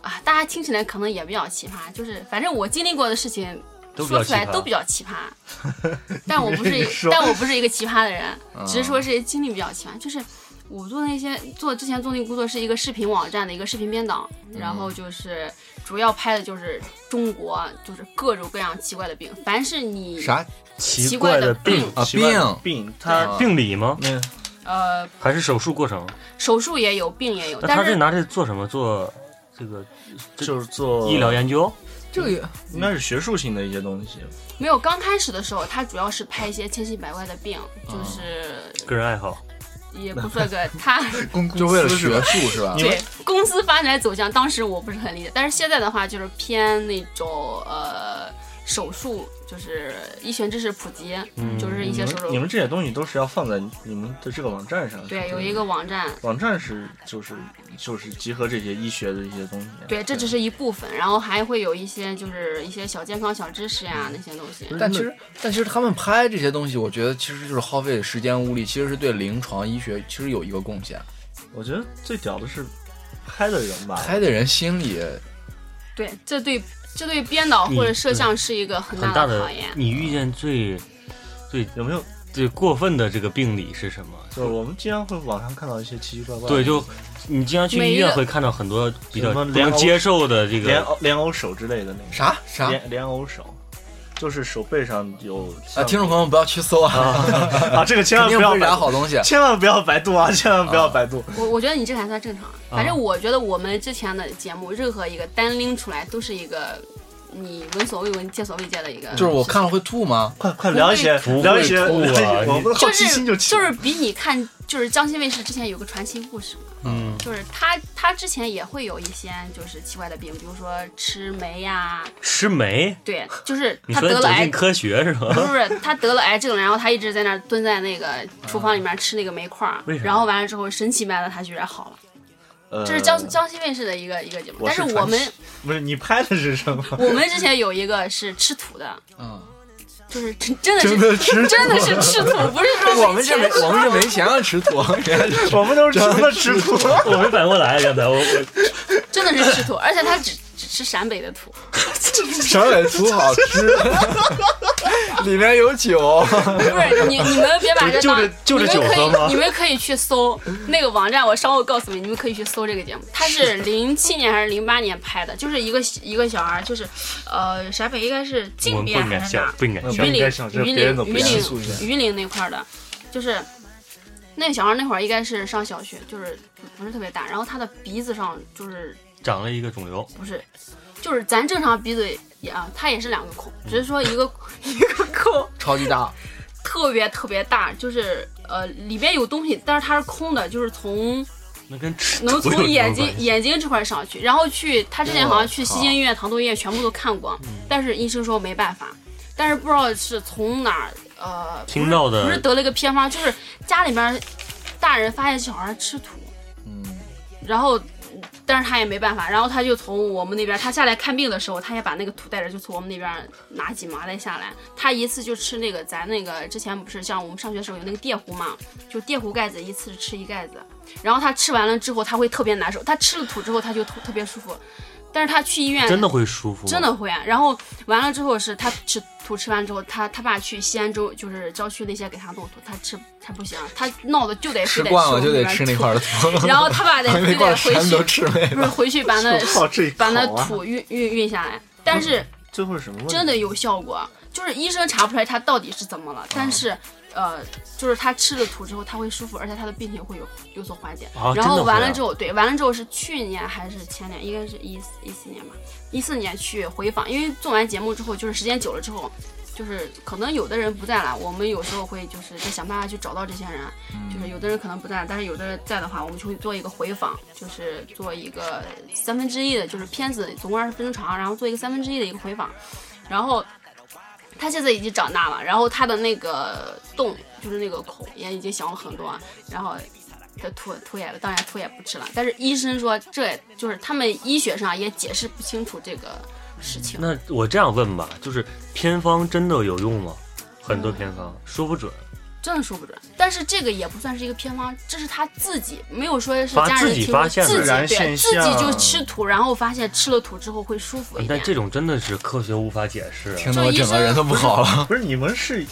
啊，大家听起来可能也比较奇葩，就是反正我经历过的事情
都比较
说出来
奇葩
都比较奇葩，但我不是一
你说
但我不是一个奇葩的人，
嗯
只是说是经历比较奇葩，就是。我做那些做之前做那个工作是一个视频网站的一个视频编导，然后就是主要拍的就是中国就是各种各样奇怪的病，凡是你
啥
奇
奇怪的
病
病
啊
奇怪
病
病，他
啊
病理吗？
那个
呃
还是手术过程？
手术也有，病也有，
那
但
他
是
这拿这做什么？做这个这
就是做
医疗研究？
这个
应该是学术性的一些东西。
没有，刚开始的时候，他主要是拍一些千奇百怪的病，就是
个人爱好？
也不算个他
就为了学术是吧？
对公司发展走向，当时我不是很理解，但是现在的话就是偏那种呃手术，就是医学知识普及，
嗯
就是一
你
些手
们你
术。
们这些东西都是要放在你们的这个网站上。
对，
是吧
有一个网站，
网站是就是就是集合这些医学的一些东西。
对，这只是一部分，然后还会有一些就是一些小健康小知识呀、那些东西。
但其实，但其实他们拍这些东西，我觉得其实就是耗费时间物力，其实是对临床医学其实有一个贡献。
我觉得最屌的是拍的人吧，
拍的人心里，
对，这对这对编导或者
你
摄像是一个很
很
大的
的
考验。，
你遇见最
有没有？
最过分的这个病理是什么？
就是我们经常会网上看到一些奇奇怪怪的，
对，就你经常去医
每一
院
个
会看到很多比较
什么
不
莲
能
藕
接受的这
莲
个，
藕莲藕手之类的那个
啥啥
莲莲藕手，就是手背上有
啊，听众朋友们不要去搜啊，
友啊，这个千
肯定
万不要
不是
百
啥
度，
好东西。
千万不要百度啊，千万不要百度。
我我觉得你这个还算正常，反正我觉得我们之前的节目任何一个单拎出来都是一个你闻所未闻、见所未见的一个，
就是我看了会吐吗？
快快聊一些
不会
聊一些，哎
吐啊
我
你
们好
就
奇
是
心就起
就。是比你看就是江西卫视之前有个传奇故事嘛，
嗯，
就是他他之前也会有一些就是奇怪的病，比如说吃梅呀、
吃酶。
对，就是
你
他
说
得
的
了
走
癌
进科学是吧？
不是不是，他得了癌症，然后他一直在那儿蹲在那个厨房里面吃那个煤块儿
为啥，
然后完了之后神奇般的他居然好了，
呃
这是江江西卫视的一个一个节目，
我
但
是
是
传
我们
奇不是你拍的是什么？
我们之前有一个是吃土的，
嗯，
就是真真的
真的
是
*laughs*
吃，
真的是吃土，不是说
我们这没我们这没钱啊，吃土。
*laughs* 我们都是什么吃
*laughs*
土？
*laughs* 我没反应过来，刚才我我
真的是吃
*laughs*
土，而且他只只吃陕北的土， *laughs*
陕北土好吃，里面有酒，
不是你你们别把这
就
当
这就这
你们
酒
可
喝吗
以你们可以去搜那个网站，我稍后告诉你们，你们可以去搜这个节目，它
*laughs*
是零七年还是零八年拍的，就是一个一个小孩儿，就是呃陕北应该是
我
靖
们不
边
应该
还是
笑
哪，
不应该
嗯
笑
不
榆。
应
呃林
该想这
榆
别人的
林
不
榆
一样
肃一
林
点
榆林那块儿的，就是那个小孩儿那会儿应该是上小学，就是不是特别大，然后他的鼻子上就是
长了一个肿瘤，
不是，就是咱正常鼻嘴也啊，它也是两个孔， *laughs* 只是说一个一个孔
*laughs* 超级大，
特别特别大，就是呃里边有东西，但是它是空的，就是从
那跟吃 *laughs*
能
毒有什
从
么
眼睛
关系
眼睛这块上去，然后去他之前好像去
我靠
西京医院、唐都医院全部都看过，但是医生说没办法，但是不知道是从哪儿呃
听到
不是
的
得了一个偏方，就是家里面大人发现小孩吃土，
嗯，
*laughs* 然后，但是他也没办法，然后他就从我们那边，他下来看病的时候，他也把那个土带着，就从我们那边拿几麻袋下来。他一次就吃那个，咱那个之前不是像我们上学的时候有那个电弧嘛，就电弧盖子一次吃一盖子。然后他吃完了之后，他会特别难受，他吃了土之后他就特特别舒服，但是他去医院
真的会舒服吗，
真的会。啊然后完了之后是他吃土吃完之后，他他爸去西安州就是郊区那些给他弄土，他吃他不行，他闹的就得
吃
非得
惯了
我
就
们
得
那边
吃那
土
块儿的 *laughs* 土，
*laughs* 然后他爸得
那
非
块
得
儿
回
全都
去，嗯
吃没
不是
了，
回去把
*laughs*
那
就靠这一口
*laughs* 把那
啊，
土运运运下来，但是
最后是什么问题？
真的有效果，就是医生查不出来他到底是怎么了，但是。呃，就是他吃了土之后，他会舒服，而且他的病情会有有所缓解。
啊
然
真的
后
会啊
完了之后，对，完了之后是去年还是前年，应该是一四一四年吧，一四年去回访，因为做完节目之后，就是时间久了之后，就是可能有的人不在了，我们有时候会就是再想办法去找到这些人，
嗯
就是有的人可能不在，但是有的人在的话，我们就会做一个回访，就是做一个三分之一的，就是片子总共二十分钟长，然后做一个三分之一的一个回访，然后他现在已经长大了，然后他的那个洞就是那个孔也已经小了很多，然后他吐吐也当然吐也不吃了，但是医生说这也就是他们医学上也解释不清楚这个事情。
那我这样问吧，就是偏方真的有用吗？很多偏方说不准，
真的说不准。但是这个也不算是一个偏方，这是他自己没有说是
发
家
自
人
己
提
发
供，
现的啊
自
自
己
然
对
现
自己就
象
吃土，然后发现吃了土之后会舒服一
但
点。
这种真的是科学无法解释。
听得我整个人都不好 *laughs* 了。
不是你们是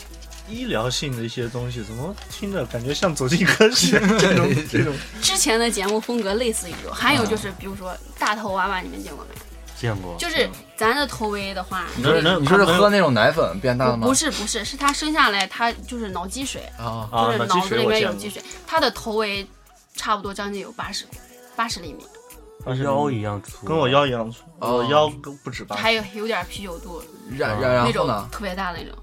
医疗性的一些东西，怎么听着感觉像走进
*laughs*
科学这种这
*laughs*
种？
之前的节目风格类似于这种，还有就是比如说大头娃娃，你们见过没？
见过，
就是咱的头围的话，
嗯
你说
你说是喝那种奶粉变大的吗？
不是不是，是他生下来他就是脑积水，
啊，
就
啊，
是
脑
脑
积
子
水
里
我
面
见
有
过，
积水，他的头围差不多将近有八十八十厘米，
跟腰一样粗，
跟我腰一样粗，
哦
我腰不不止八
还有有点啤酒肚，
然然然
那
后
种
呢？
特别大的那种，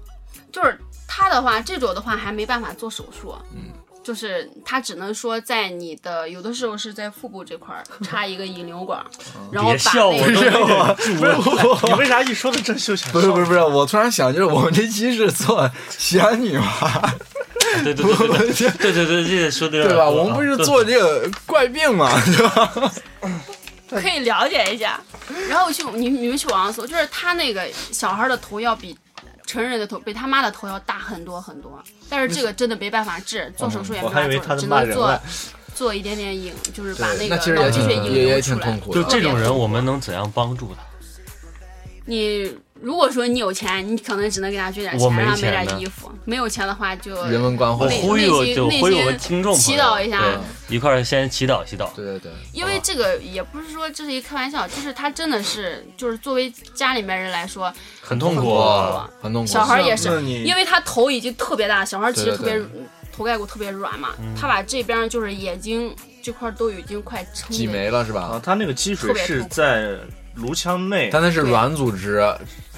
就是他的话，这种的话还没办法做手术，
嗯，
就是他只能说在你的有的时候是在腹部这块儿插一个引流管儿，
嗯
然后
别
把
笑我，
那
都
个
我
*laughs*
*laughs* 你为啥一说到这就想
不是不是不是，我突然想，就是我们这期是做仙女嘛，
对对对对对对对对，这个说的
*laughs* 对吧？我们
啊
不是做这个怪病 *laughs* 嘛，对吧？
可以了解一下。 *laughs* 然后去你你们去网上搜，就是他那个小孩的头要比。成人的头比他妈的头要大很多很多，但是这个真的没办法治，做手术也
我
没
还
办
以为
法
他
做，
他
只
骂
能
人
做
了，
做一点点引，就是把
那
那个
其实
脑
也
积
挺
水引
也也
流
挺
出来
痛。苦
就
的。
这种人，我们能怎样帮助他？
你如果说你有钱，你可能只能给他捐点
我
钱，
没
让他
钱
买
呢
点衣服；没有钱的话就
人文关
我
怀，
呼吁我就呼吁我的听众朋友
祈祷一下
对一块儿先祈祷祈祷。
对对对，
因为这个也不是说这是一个开玩笑，就是他真的是，就是作为家里面人来说，
很哦
痛苦
很痛苦。
小孩儿也是
那你
因为他头已经特别大，小孩其实特别
嗯对对嗯
头盖骨特别软嘛，他把这边就是眼睛这块都已经快撑
挤
没。
没了是
啊
吧？，
他那个积水
特别
是
痛苦
在颅腔内，
但那是
对
软组织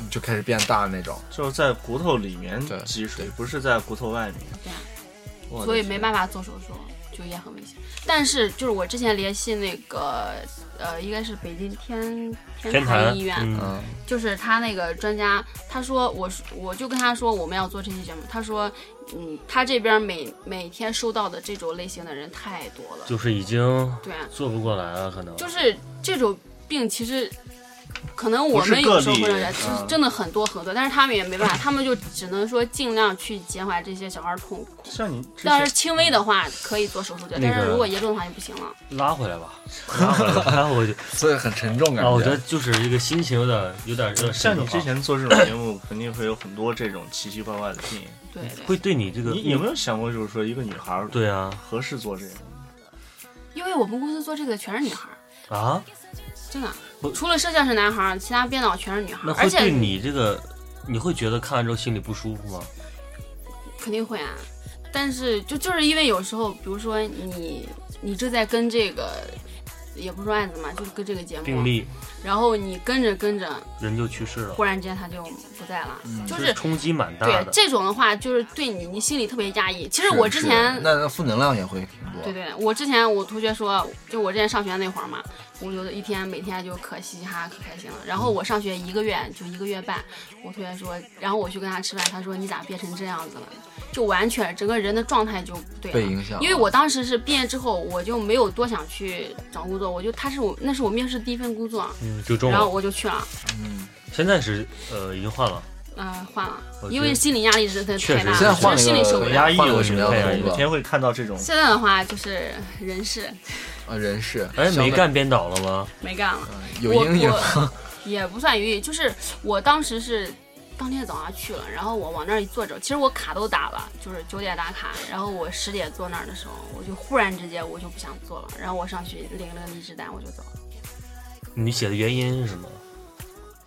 就开始变大那种，
就是在骨头里面
对
积水
对，
不是在骨头外面
对啊。
我的
所以
天
没办法做手术，就也很危险。但是就是我之前联系那个呃，应该是北京天
天
坛
坛
医院，
嗯，
嗯，
就是他那个专家，他说我说我就跟他说我们要做这期节目，他说嗯，他这边每每天收到的这种类型的人太多了，
就是已经
对啊，
做不过来了，可能
就是这种病其实可能我
不是
们有
个
时候
例啊
会让人就
嗯
是真的很多很多，但是他们也没办法，他们就只能说尽量去减缓这些小孩儿痛苦。
像你之
要
前
是轻微的话，可以做手术的，
那
但是
个
如果严重的话就不行了。
拉回来吧，
*laughs*
拉回来吧，拉
*laughs*
回去。
所以很沉重感
啊，我觉
觉
得。就是一个心情有点有点有点
像你
沉
之
重啊
前做这种节目，肯定会有很多这种奇奇怪怪的病。
对对，
会对你这个
你有没有想过，就是说一个女孩儿
对啊
合适做这个？
因为我们公司做这个全是女孩儿，
啊，
真的
不，
除了摄像是男孩儿，其他编导全是女孩
那
儿，而
会对
且
你这个你会觉得看完之后心里不舒服吗？
肯定会啊。但是就就是因为有时候，比如说你你正在跟这个，也不是说案子嘛，就是跟这个节
病
目，
例
然后你跟着跟着，
人就去世了，
忽然之间他就不在了，就
就是冲击蛮大
对
的。
这种的话，就是对你，你心里特别压抑。其实
是
我之
是
前，
那那负能量也会挺多，
对对，对我之前我同学说，就我之前上学那会儿嘛，我就一天每天就可嘻嘻哈哈可开心了。
嗯
然后我上学一个月就一个月半，我同学说，然后我去跟他吃饭，他说你咋变成这样子了？就完全整个人的状态就不对
被
了
影响。
因为我当时是毕业之后，我就没有多想去找工作，我就他是我那是我面试第一份工作，
嗯，就中
然后
了。
我就去了，
嗯，
现在是呃已经换了，
嗯、换了
我，觉
因
得
为心理压力真的
确
太
实
大
现在
了，
换了
就是
一
心里受
个
不
很
了。
压
压
抑
抑，
换了个
我
什
觉
么
得
样的工
哎
每
作
天会看到这种。
现在的话就是人事
啊？人事
哎，
相
没
对
干编导了吗？
没干了，
呃有
我
阴影，
我也不算有阴影，就是我当时是当天早上去了，然后我往那儿一坐着，其实我卡都打了，就是九点打卡，然后我十点坐那儿的时候，我就忽然之间我就不想做了，然后我上去领了个离职单我就走了。
你写的原因是什么？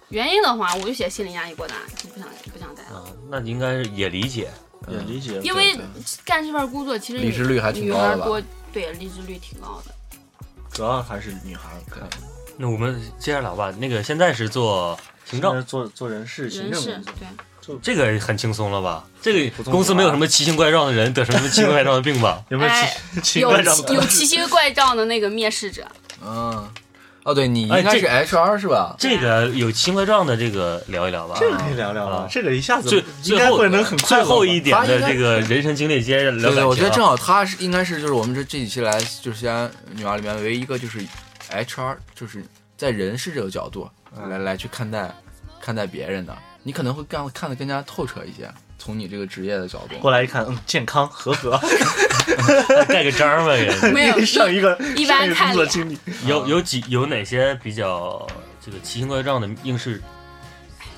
原因的话，我就写心理压力过大，就不想不想待了。
啊，那应该是也理解。
嗯
也理解，
因为干这份工作，其实
离职率还挺
女
高
孩
的吧
多，对，离职率挺高的。
主要还是女孩儿看。
那我们接着聊吧。那个现在是做行
现
政
在，做做人事、行
人
政
事
工作，
对，
这个很轻松了吧？这
普
个
通
公司
话
没有什么奇形怪状的人得什么奇形怪状的病吧？
有没有
哎
奇 *laughs* 奇
有
怪状的
有？奇形怪状的那个面
*laughs*
试者，
*laughs* 嗯，哦，对你应
哎
该
这
是 HR 是吧？
这个有奇形怪状的这个聊一聊吧。
这个可以聊聊
啊
啊，这个一下子
最
应
最
该
后
会能很快
最
吧
后一点
他应
的
该
这个人生经历接着聊
对 *laughs* 对，
感情啊。
我觉得正好他是应该是就是我们这这几期来就是西安女娃里面唯一一个就是 HR 就是在人事这个角度
嗯
来来去看待看待别人的，你可能会干看得更加透彻一些，从你这个职业的角度。
过来一看，嗯，健康合格，
盖个章儿吧，也
嗯
是
没有
*laughs* 上一个
一般
上个
看
工作
脸
经历，
有有几有哪些比较这个奇形怪状的应试？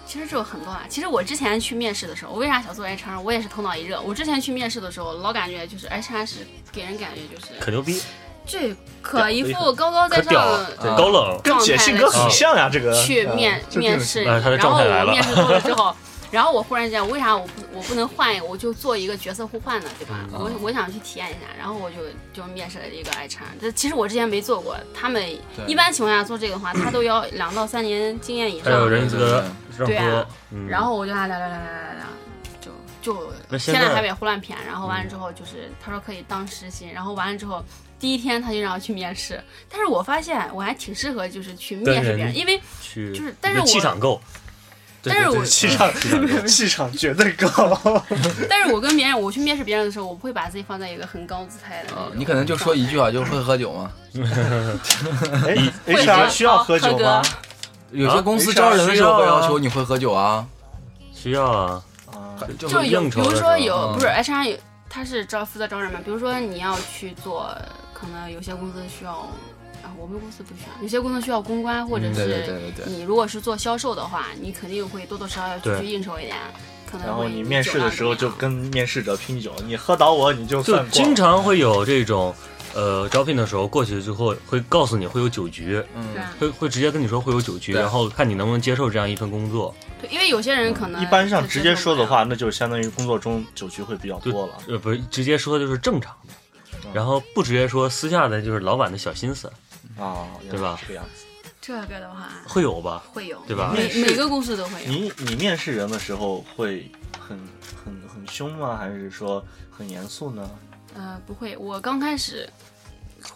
其实这有很多啊。其实我之前去面试的时候，我为啥想做 HR？我也是头脑一热。我之前去面试的时候，老感觉就是哎 HR 是给人感觉就是
可牛逼，
这可一
可
副高高
可
在
屌
上
了，
对
高冷。
跟解信哥很像呀，这个
去
呃
嗯
面
就这
面
种
试你，
哎他的
然后
状态来
我
了
面试多了
*laughs*
之后。然后我忽然间，为啥我不我不能换一个，我就做一个角色互换呢，对吧？
嗯
我我想去体验一下，然后我就就面试了一个 HR。这其实我之前没做过，他们
对
一般情况下做这个的话，他都要两到三年经验以
还有
上。
人资格证
嗯对
书
啊，
嗯
然后我就跟他聊聊聊聊聊聊，就就
那现
天南海
在
北胡乱骗，然后完了之后就是他说可以当实习，然后完了之后第一天他就让我去面试，但是我发现我还挺适合就是去面试别
跟人
人，因为
去
就是但是
你的气
我
场够，
但是
对对
我
气场
*laughs*
气场绝对高，
但是我跟别人我去面试别人的时候，我不会把自己放在一个很高姿态的那
啊
种，
你可能就说一句
状态。
啊，就是会喝酒嘛。
哎 *laughs*
会喝
HR 需要喝酒吗？
有
啊
些公司招人的时候会要求你会喝酒啊，
需要啊。
啊
就
就
会
有，
应
比
酬的
如
时
说
候
有，
嗯
不是 HR 有，他是招负责招人嘛。比如说你要去做，可能有些公司需要，啊，我们公司不需要，有些公司需要公关或者
嗯
对
是
对对对对，
你如果是做销售的话，你肯定会多多少少要去
对
应酬一点，可能
然后
会
你面试的时候就
酒量
跟面试者拼酒，你喝倒我你就
就
算过
经常会有这种，呃，招聘的时候过去之后会告诉你会有酒局，
怎么
嗯，
样
会会直接跟你说会有酒局，
对
然后看你能不能接受这样一份工作。
对，因为有些人可能
嗯一般上直接说的
就
话，那就相当于工作中酒局会比较多了。
呃，不是直接说就是正常的，
嗯
然后不直接说私下的就是老板的小心思，
啊，
对吧
这个样子。
接受不了这个的话
会有吧？
会有，
对吧
每
面试
每个公司都会有。
你你面试人的时候会很很很凶吗？还是说很严肃呢？
呃，不会，我刚开始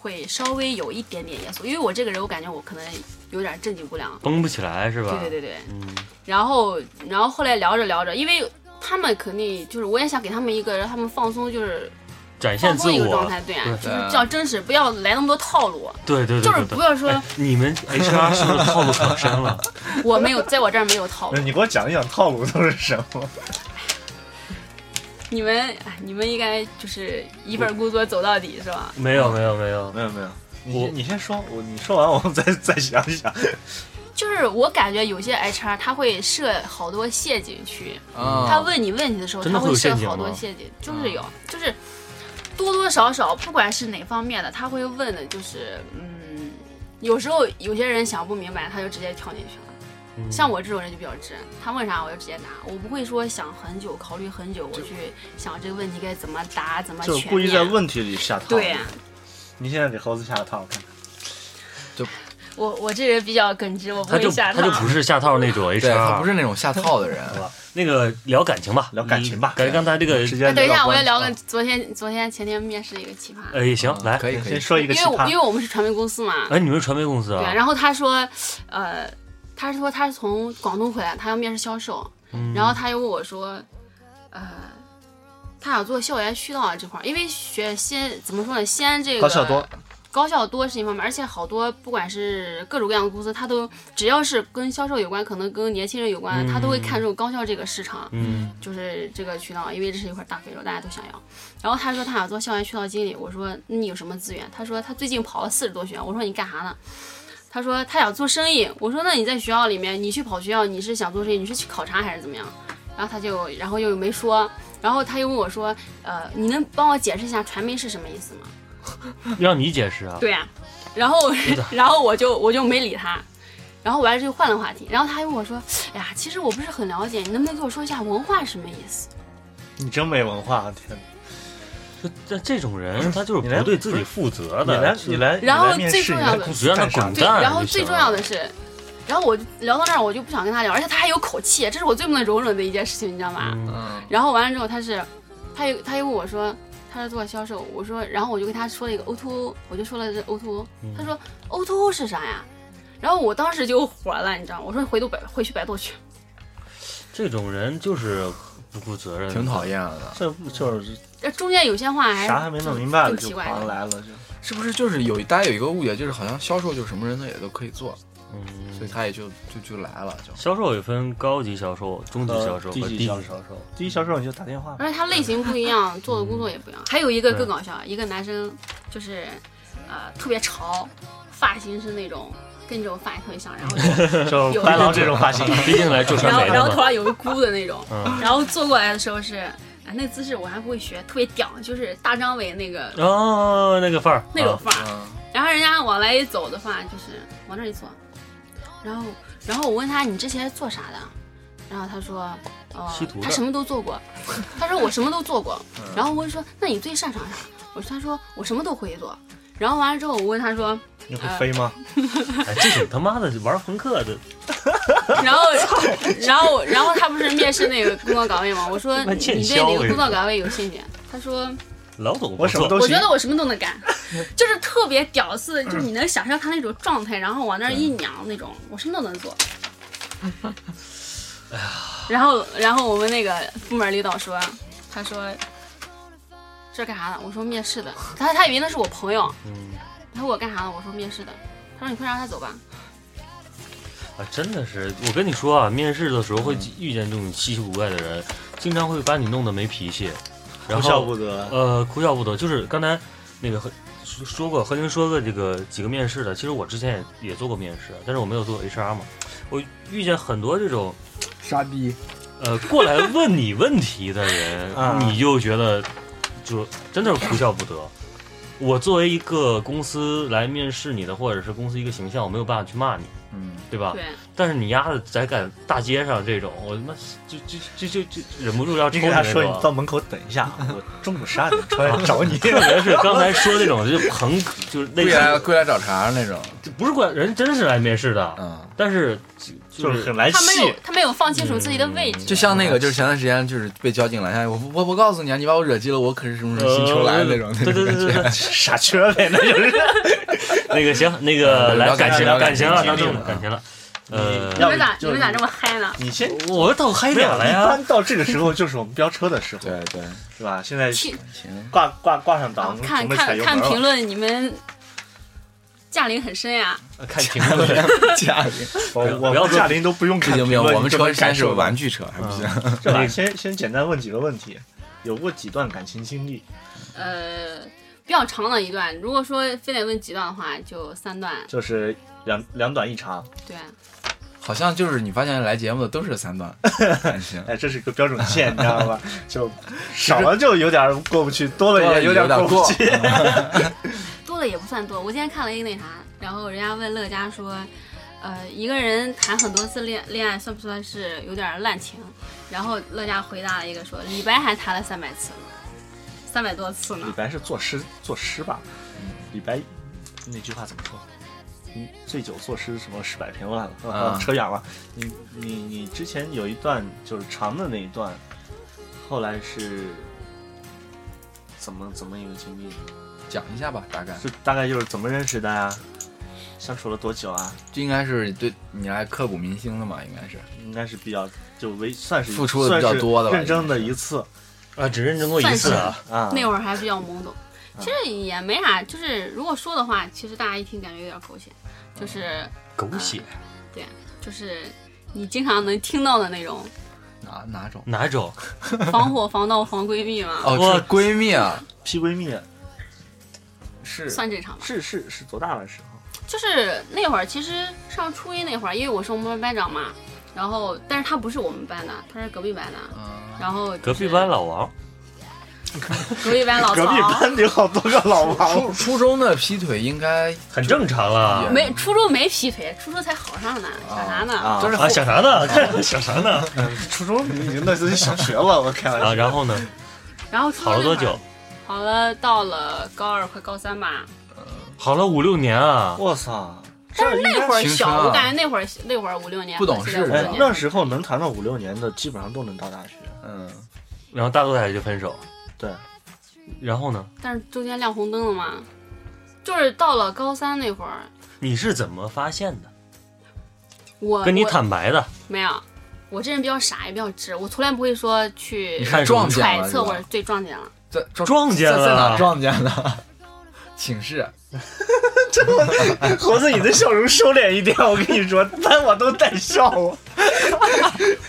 会稍微有一点点严肃，因为我这个人我感觉我可能有点正经不良。
绷不起来是吧？
对对对对，
嗯，
然后然后后来聊着聊着，因为他们肯定就是我也想给他们一个让他们放松，就是
展现
放
自
松一个状
我。
态，对啊，
对
就是叫真实，不要来那么多套路，
对对对
就是
对
不
对。
要说
哎，你们 HR 是不是套路可深了？
我没有，在我这儿没有套路
*laughs*
那，你给我讲一讲套路都是什么？
你们哎你们应该就是一份工作走到底是吧？
没有没有没有，
没有没有，你
我
先你先说，我你说完我们再再想一想。
就是我感觉有些 HR 他会设好多陷阱区，
啊，
他问你问题的时候，
真的
他
会有
设
陷阱
好多
吗啊
陷阱，就是有，就是多多少少，不管是哪方面的，他会问的，就是嗯，有时候有些人想不明白，他就直接跳进去了。
嗯
*laughs* 像我这种人就比较直，他问啥我就直接答，我不会说想很久、考虑很久，我去想这个问题该怎么答、怎么全
就是
面。
故意在问题里下套路。
对，啊
你现在给猴子下个套路看看。
我我这人比较耿直，我
嗯
不
他
会啊
就
下
他
套。
就不是下套那种 HR，
对他不是那种下套的人，
好吧？那个聊感情吧，
聊感情吧
你刚刚才这
嗯
个，
时
哎
间
等一
聊
下，
到
我也聊个
关系嗯
昨天、昨天、前天面试一个奇葩，
哎，行
嗯，
来，
可以
啊
可以
先，说一
因
个奇
为我因
葩。
为我们是传媒公司嘛，
哎，你们是传媒公司
对，
啊？
然后他说，呃，他说他是从广东回来，他要面试销售，
嗯
然后他又问我说，呃，他想做校园渠道这块儿，因为学西安怎么说呢，西安这个
高效多，
高校多是一方面，而且好多不管是各种各样的公司，他都只要是跟销售有关，可能跟年轻人有关，他都会看这种高校这个市场。
嗯，
就是这个渠道，因为这是一块大肥肉，大家都想要。然后他说他想做校园渠道经理，我说那你有什么资源？他说他最近跑了四十多学校，我说你干啥呢？他说他想做生意，我说那你在学校里面，你去跑学校，你是想做生意，你是去考察还是怎么样？然后他就，然后又没说，然后他又问我说，呃，你能帮我解释一下传媒是什么意思吗？
让你解释啊。
对呀、 *laughs* 然后然后我就我就没理他，然后完了就换了话题，然后他还问我说，哎呀，其实我不是很了解，你能不能给我说一下文化是什么意思？
你真没文化，天哪！
就这这种人，他就是
你来
不对自己负责
你
的
来，，你来，
然后
你来面
最
试
重
你
要
来
的
公司
只让他
干啥
滚
对，
蛋
然后
就
最
行
重要
了
的是，然后我聊到这儿，我就不想跟他聊，而且他还有口气，这是我最不能容忍的一件事情，你知道吗？
嗯
嗯，
然后完了之后，他是，他又他又问我说他是做销售，我说，然后我就跟他说了一个 O to O，我就说了这 O to O，
嗯
他说 O to O 是啥呀？然后我当时就火了，你知道吗？我说回头百回去百度去。
这种人就是不负责任，
挺讨。厌的。
这不就是
这中间有些话还
啥还没弄明白了
挺
就
哎奇怪
狂
的。
来了就是
不是就是有大家有一个误解，就是好像销售就是什么人他也都可以做，所以，
嗯
他也就就就来了，就
销售也分高级销售、中级销售
呃
和低
低级
级销
销
售。
第一销售你就打电话吧，
而且他类型不一样，做的工作也不一样。还有一个
对
更搞笑，一个男生就是，呃，特别潮，发型是那种跟这种发型特别像，然后就
就是
有嗯
白狼这种发型，
*laughs* 毕竟来做
然
传
后
媒
然后
的
头
嘛。
上有个箍的那种，
嗯
然后坐过来的时候是，啊、那个姿势我还不会学，特别屌，就是大张伟那个
哦，那个范儿，
那种
啊
范儿。
嗯，
然后人家往来一走的话，就是往那儿一坐，然后然后我问他你之前做啥的，然后他说，哦
吸毒，的嗯
他什么都
*laughs*
做过，他说我什么都做过，然后我就说那你最擅长啥？我说他说我什么都会做，然后完了之后我问他说，
你会飞吗？
哎，这种他妈的玩朋克的，*laughs*
然后然后然后他不是面试那个工作岗位吗？我说
那
你
见
对
效
哪
哎
个工作岗位有兴趣？他说。
老总不
我什么
做
都
我
行
觉。得我什么都
*laughs*
能干，就是特别屌丝，就是你能想象他那种状态，然后往那儿一娘那种，我什么都能
*laughs*
做。
哎
然后，然后我们那个部门领导说，他说这干啥呢？我说面试的。他他以为那是我朋友，
嗯
他问我干啥呢？我说面试的。他说你快让他走吧。
啊，真的是，我跟你说啊，面试的时候会遇见这种稀奇古怪的人，经常会把你弄得没脾气，然
哭笑
后
不得，，
呃，哭笑不得。就是刚才那个和说说过，和您说过这个几个面试的，其实我之前也也做过面试，啊但是我没有做 HR 嘛，我遇见很多这种
傻逼，
呃过来问你问题的
*laughs*
人
啊
你就觉得就真的是哭笑不得。我作为一个公司来面试你的，或者是公司一个形象，我没有办法去骂你，
嗯，
对吧？
对，
但是你丫的在赶大街上这种，我他妈就就就就就忍不住要抽
你给他
那
说
种
你到门口等一下，我中午十二点出来找你。
特别是刚才说那种就是朋，就是类
归来
似，
归来找茬那种，
就不是过来人真是来面试的，
嗯，
但是
*laughs* 就
就是是
很来
他没有
气，
他没有放清楚自己的位
嗯
置。
就像那个就是前段时间就是被交警拦下来，我我我告诉你啊，你把我惹急了，我可是什么什么星球来的那种，
呃对对对对对，
*laughs* 傻缺呗，那就是。
*laughs* 那个行，那个来
聊感
感
情
情
聊
了，
感
感
情
情了，
经
当
历
正
了嗯
了，感情了。呃
你
你
要
们咋
不
你
就
们咋这么嗨呢？
你先
我到嗨
没
点
有
了
一
呀，
般到这个时候就是我们飙车的时候，
对对，
是吧？现在
听
行，
挂挂挂上
啊
档，
看
准备踩
看
油
看
门
评
了。
论，你们驾龄很深呀。
看评论。
家里
*laughs* 我
不要
我
不要
们
说
驾龄都不用
不
*laughs* 看
行
评
不行，
论，
我们
你就能
车现在
感
是
受到嗯
玩具车，还不行。
是吧？先先简单问几个问题，有过几段感情经历？
呃，比较长的一段。如果说非得问几段的话，就三段。
就是两两短一长。
对，
*laughs* 好像就是你发现来节目的都是三段感
*laughs*
情，
哎，这是一个标准线，你知道吧？就少了就有点过不去，多了也
有
点
点
不
过。
去。
多了也不算多。我今天看了一个那啥，然后人家问乐嘉说，呃，一个人谈很多次恋恋爱算不算是有点滥情？然后乐嘉回答了一个说，李白还谈了三百次呢，三百多次
李
呢。
白是作诗，作诗吧？嗯李白那句话怎么说？你醉酒作诗什么诗百篇万了？
啊
扯远了。你你你之前有一段就是长的那一段，后来是怎么怎么一个经历？
*laughs* 讲一下吧，大概
就大概就是怎么认识的啊呀？相处了多久啊？
这应该是对你来刻骨铭心的嘛，应该是
应该是比较就为算是
付出的比较多的吧
算是认真的一次
啊，只认真过一次啊，
啊。
那会儿还比较懵懂，其实也没啥。就是如果说的话，其实大家一听感觉有点狗血，就是
狗血
就是你经常能听到的那种
哪哪种？
哪种？
*laughs*
防火、防盗、防闺蜜嘛，
哦，
我
是闺蜜啊，
P 闺蜜
是
算这场吧。
是是是多大的时候？
就是那会儿，其实上初一那会儿，因为我是我们班班长嘛，然后但是他不是我们班的，他是隔壁班的。
嗯，
然后
隔壁班老王，
隔
*laughs*
壁班老
隔壁
曹，
班里 *laughs* 好多个老王
初，初中的劈腿应该
很正常啦。
没初中没劈腿，初中才好上呢，
哦
想啥呢？
啊
都是
啊，想啥呢？
*laughs*
想啥呢？
初中已经那都是小学了，我开玩
啊，
笑。
然后呢？
然后初中
好了多
那会儿
久？？
好了，到了高二快高三吧。
好了五六年啊。
我操！
但是
这应该
那会儿
青春
小，
啊
我感觉那会儿那会儿五六年吧，
不懂事
现在五
儿
六
啊，
哎
年
那时候能谈到五六年的，基本上都能到大学。
嗯，
然后大多大学就分手，
对，
然后呢？
但是中间亮红灯了嘛，就是到了高三那会儿，
你是怎么发现的？
我
跟你
我
坦白的，
没有，我这人比较傻，也比较直，我从来不会说去
你看什
撞
么
见
揣
了是
测或
吧
者？对撞见了。
在撞
撞见
在在哪
了，
撞见的？ *laughs* 寝室
猴子，你的笑容收敛一点，我跟你说， *laughs* 班我都带笑。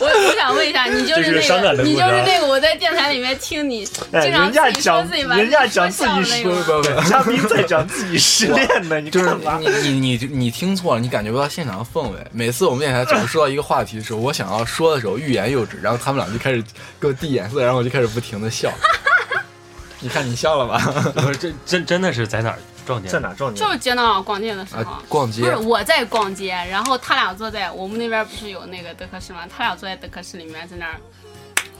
我我想问一下，你就
这是个
是
伤
那
感的
个，你
故
就
事啊
是那个，我在电台里面听你
哎，
经常
人家
自己说
讲，
自己把
人家讲自己
己
失
说笑的那个
不不，
嘉宾在讲自己失恋呢，
*laughs*
你
就是
干嘛？
你你你你听错了，你感觉不到现场的氛围。每次我们电台总是说到一个话题的时候，我想要说的时候欲言又止，然后他们俩就开始给我递眼色，然后我就开始不停的笑。 *laughs* 你看你笑了吧？
不是 *laughs* 这真真的是在哪儿撞见？
在？哪撞见
就？是街道逛街的时候
啊，，逛
不
街
是我在逛街，然后他俩坐在我们那边不是有那个德克士吗？他俩坐在德克士里面在那儿，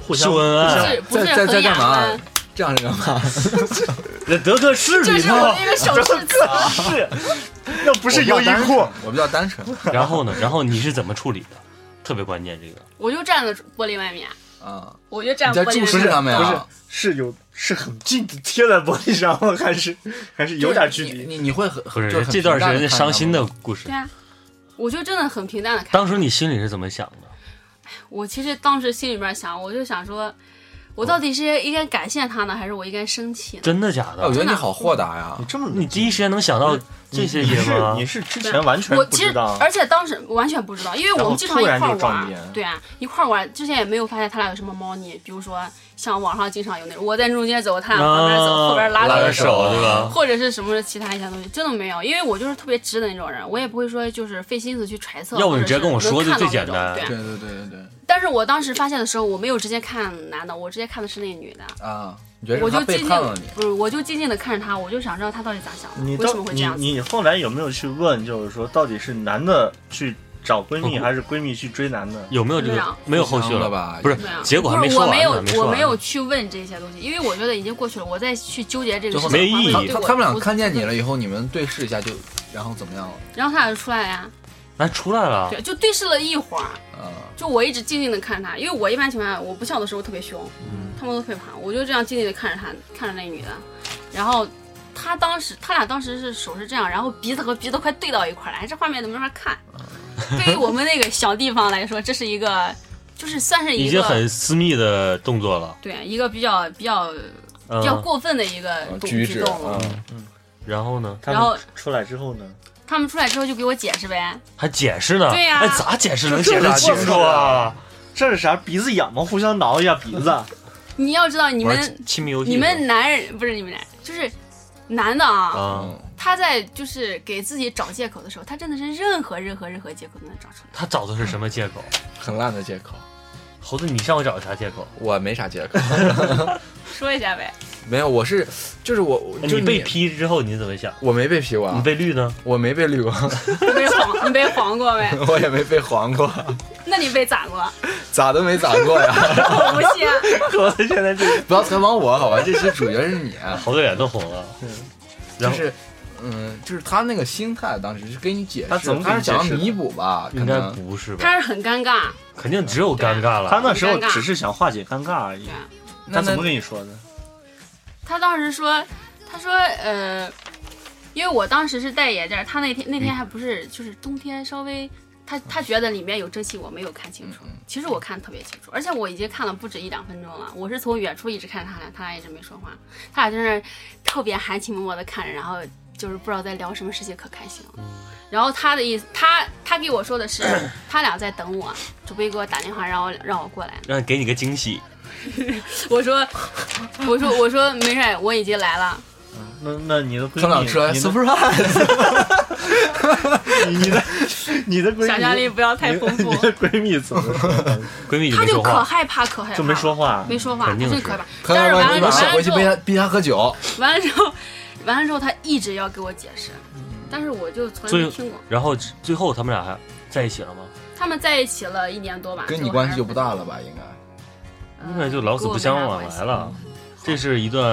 互
秀恩
不
爱，
是不是
啊在在在
很雅
干嘛
观，？
这样是干嘛？
*laughs*
在德克士
这
里
是我
头。
那个手势词。
*laughs* 是，那不是优衣库，
我比较单纯，我比较单
*laughs* 然后呢？然后你是怎么处理的？特别关键这个。
我就站在玻璃外面，
纯啊。
我就站
你在
玻璃
注
外
视
面。
他们
不是
呀？
是有是很近的贴在玻璃上，还是还是有点距
就是
离。
你你你会很
不，
就是很
这段
平
是人家
淡地看他
伤心的
吗
故事
对。啊，我就真的很平淡的看。
当时你心里是怎么想的？
我其实当时心里边想，我就想说，我到底是应该感谢他呢，还是我应该生气呢？
真的假
哎我
的？
觉得你好豁达呀
嗯
你！这么
你第一时间能想到这些
你
些
是
吗
你？是之前完全
我
不
其实
知道，
而且当时完全不知道，因为我们经常一
然
块
后
儿
突然就撞
玩
见
儿，对啊，一块儿玩儿，之前也没有发现他俩有什么猫腻，比如说像网上经常有那种我在中间走，他俩旁边走，
啊
后边拉
拉
我
着
的
啊着
手
手，对吧？
或者是什么其他一些东西，真的没有，因为我就是特别直的那种人，我也不会说就是费心思去揣测。
要不你
或者
直接跟我
是能
说就
看到
最简
那种
单
对啊
对对对对对
但是我当时发现的时候，我没有直接看男的，我直接看的是那女的。
啊！你觉得
我
是
就
他背
静静
叛了你？
不是，我就静静的看着他，我就想知道他到底咋想
你
的，为
到
什么会这
你
样子。
你后来有没有去问，就是说到底是男的去找闺蜜，
不
还是闺蜜去追男的？
有没有这
没
个
有？
没有后续
互相
了
的？吧？
不是
没有，
结果还
啊不
没
是
说
我
完
没
呢，没
有，
说
我
完
没有
呢。
去问这些东西，因为我觉得已经过去了，我再去纠结这
最
个事
后
情
没意义
会哦对
他
我
他们俩
不
看见你了以后，你们对视一下就，然后怎么样了？
然后他俩就出来了呀，
哎，出来了，
对，就对视了一会儿，
啊，
就我一直静静的看他，因为我一般情况下我不笑的时候特别凶，
嗯
他们都会怕，我就这样静静的看着他，看着那女的，然后他
啊
当时他俩当时是手是这样，然后鼻子和鼻子快对到一块儿来，这画面都没法看。对于我们那个小地方来说，这是一个，就是算是
已
一
经
个
很私密的动作了。
对一个比较比较比较
嗯，
过分的一个
啊
动
举
举
止
动了
啊。，
然后呢，
他
然后
们出来之后呢？
他们出来之后就给我解释呗，
还解释呢？
对呀
哎，咋解释能
这
解释
咋
清
解释
楚啊？
这是啥？鼻子痒吗？互相挠一下鼻子。啊
你要知道你
玩
们
亲密游戏，
你们男人不是你们男人，就是男的啊，
啊，
嗯，
他在就是给自己找借口的时候，他真的是任何任何任何借口都能找出来。
他找的是什么借口？
很烂的借口，
猴子，你向我找的啥借口？
我没啥借口，
说一下呗，
没有，我是就是我，
哎
我嗯就
你被，批之后你怎么想？
我没被批过
你
啊，
被绿呢？
我没被绿过， *laughs*
你被黄你被黄过呗？
我也没被黄过， *laughs*
那你被咋过？
咋都没咋过呀！
我不信啊、
*laughs* 我现在这个
*laughs* 不要采访我好吧？这期主角是你，啊
猴子脸都红了。
就
然后
是。嗯，就是他那个心态，当时就给你解释，
他怎么给
他
你
是想要
解释的
弥补吧？可
应该
能
不是吧？
他是很尴尬，
肯定只有尴尬了。
*laughs* 啊他那时候
很尴尬
只是想化解尴尬而已
对。啊
那
他怎
那
么跟你说的？
他当时说，他说呃，因为我当时是戴眼镜儿，他那天那天还不是就是冬天稍微。他他觉得里面有蒸汽，我没有看清楚。其实我看得特别清楚，而且我已经看了不止一两分钟了。我是从远处一直看着他俩，他俩一直没说话，他俩在那儿特别含情脉脉的看着，然后就是不知道在聊什么事情，可开心了。然后他的意思，他他给我说的是，他俩在等我，准备给我打电话让我让我过来呢。
让给你个惊喜，
我说我说我说没事儿，我已经来了。
那那你的闺蜜，
他们俩出来 *laughs*
你的
surprise，
你的你的闺蜜，
想象力不要太丰富
你。的 *laughs* 闺蜜怎么说？
闺蜜就
他
没
就
说
可
话，
害怕，可害怕，
就没说话。啊
没说话，
肯
他
定
就是可害怕。
朋
但
友
是
们，你
完了
们
完
先
了
回去
之
逼
后，
他逼他喝酒，
完了之后，完了之后，他一直要给我解释，但是我就从来没听过。
然后最后他们俩还在一起了吗？
他们在一起了一年多吧，
跟
最
你
后
关
还
系
是
就不
分
大
手
了吧？应该
嗯
那就老死不相往来。了。这是一段，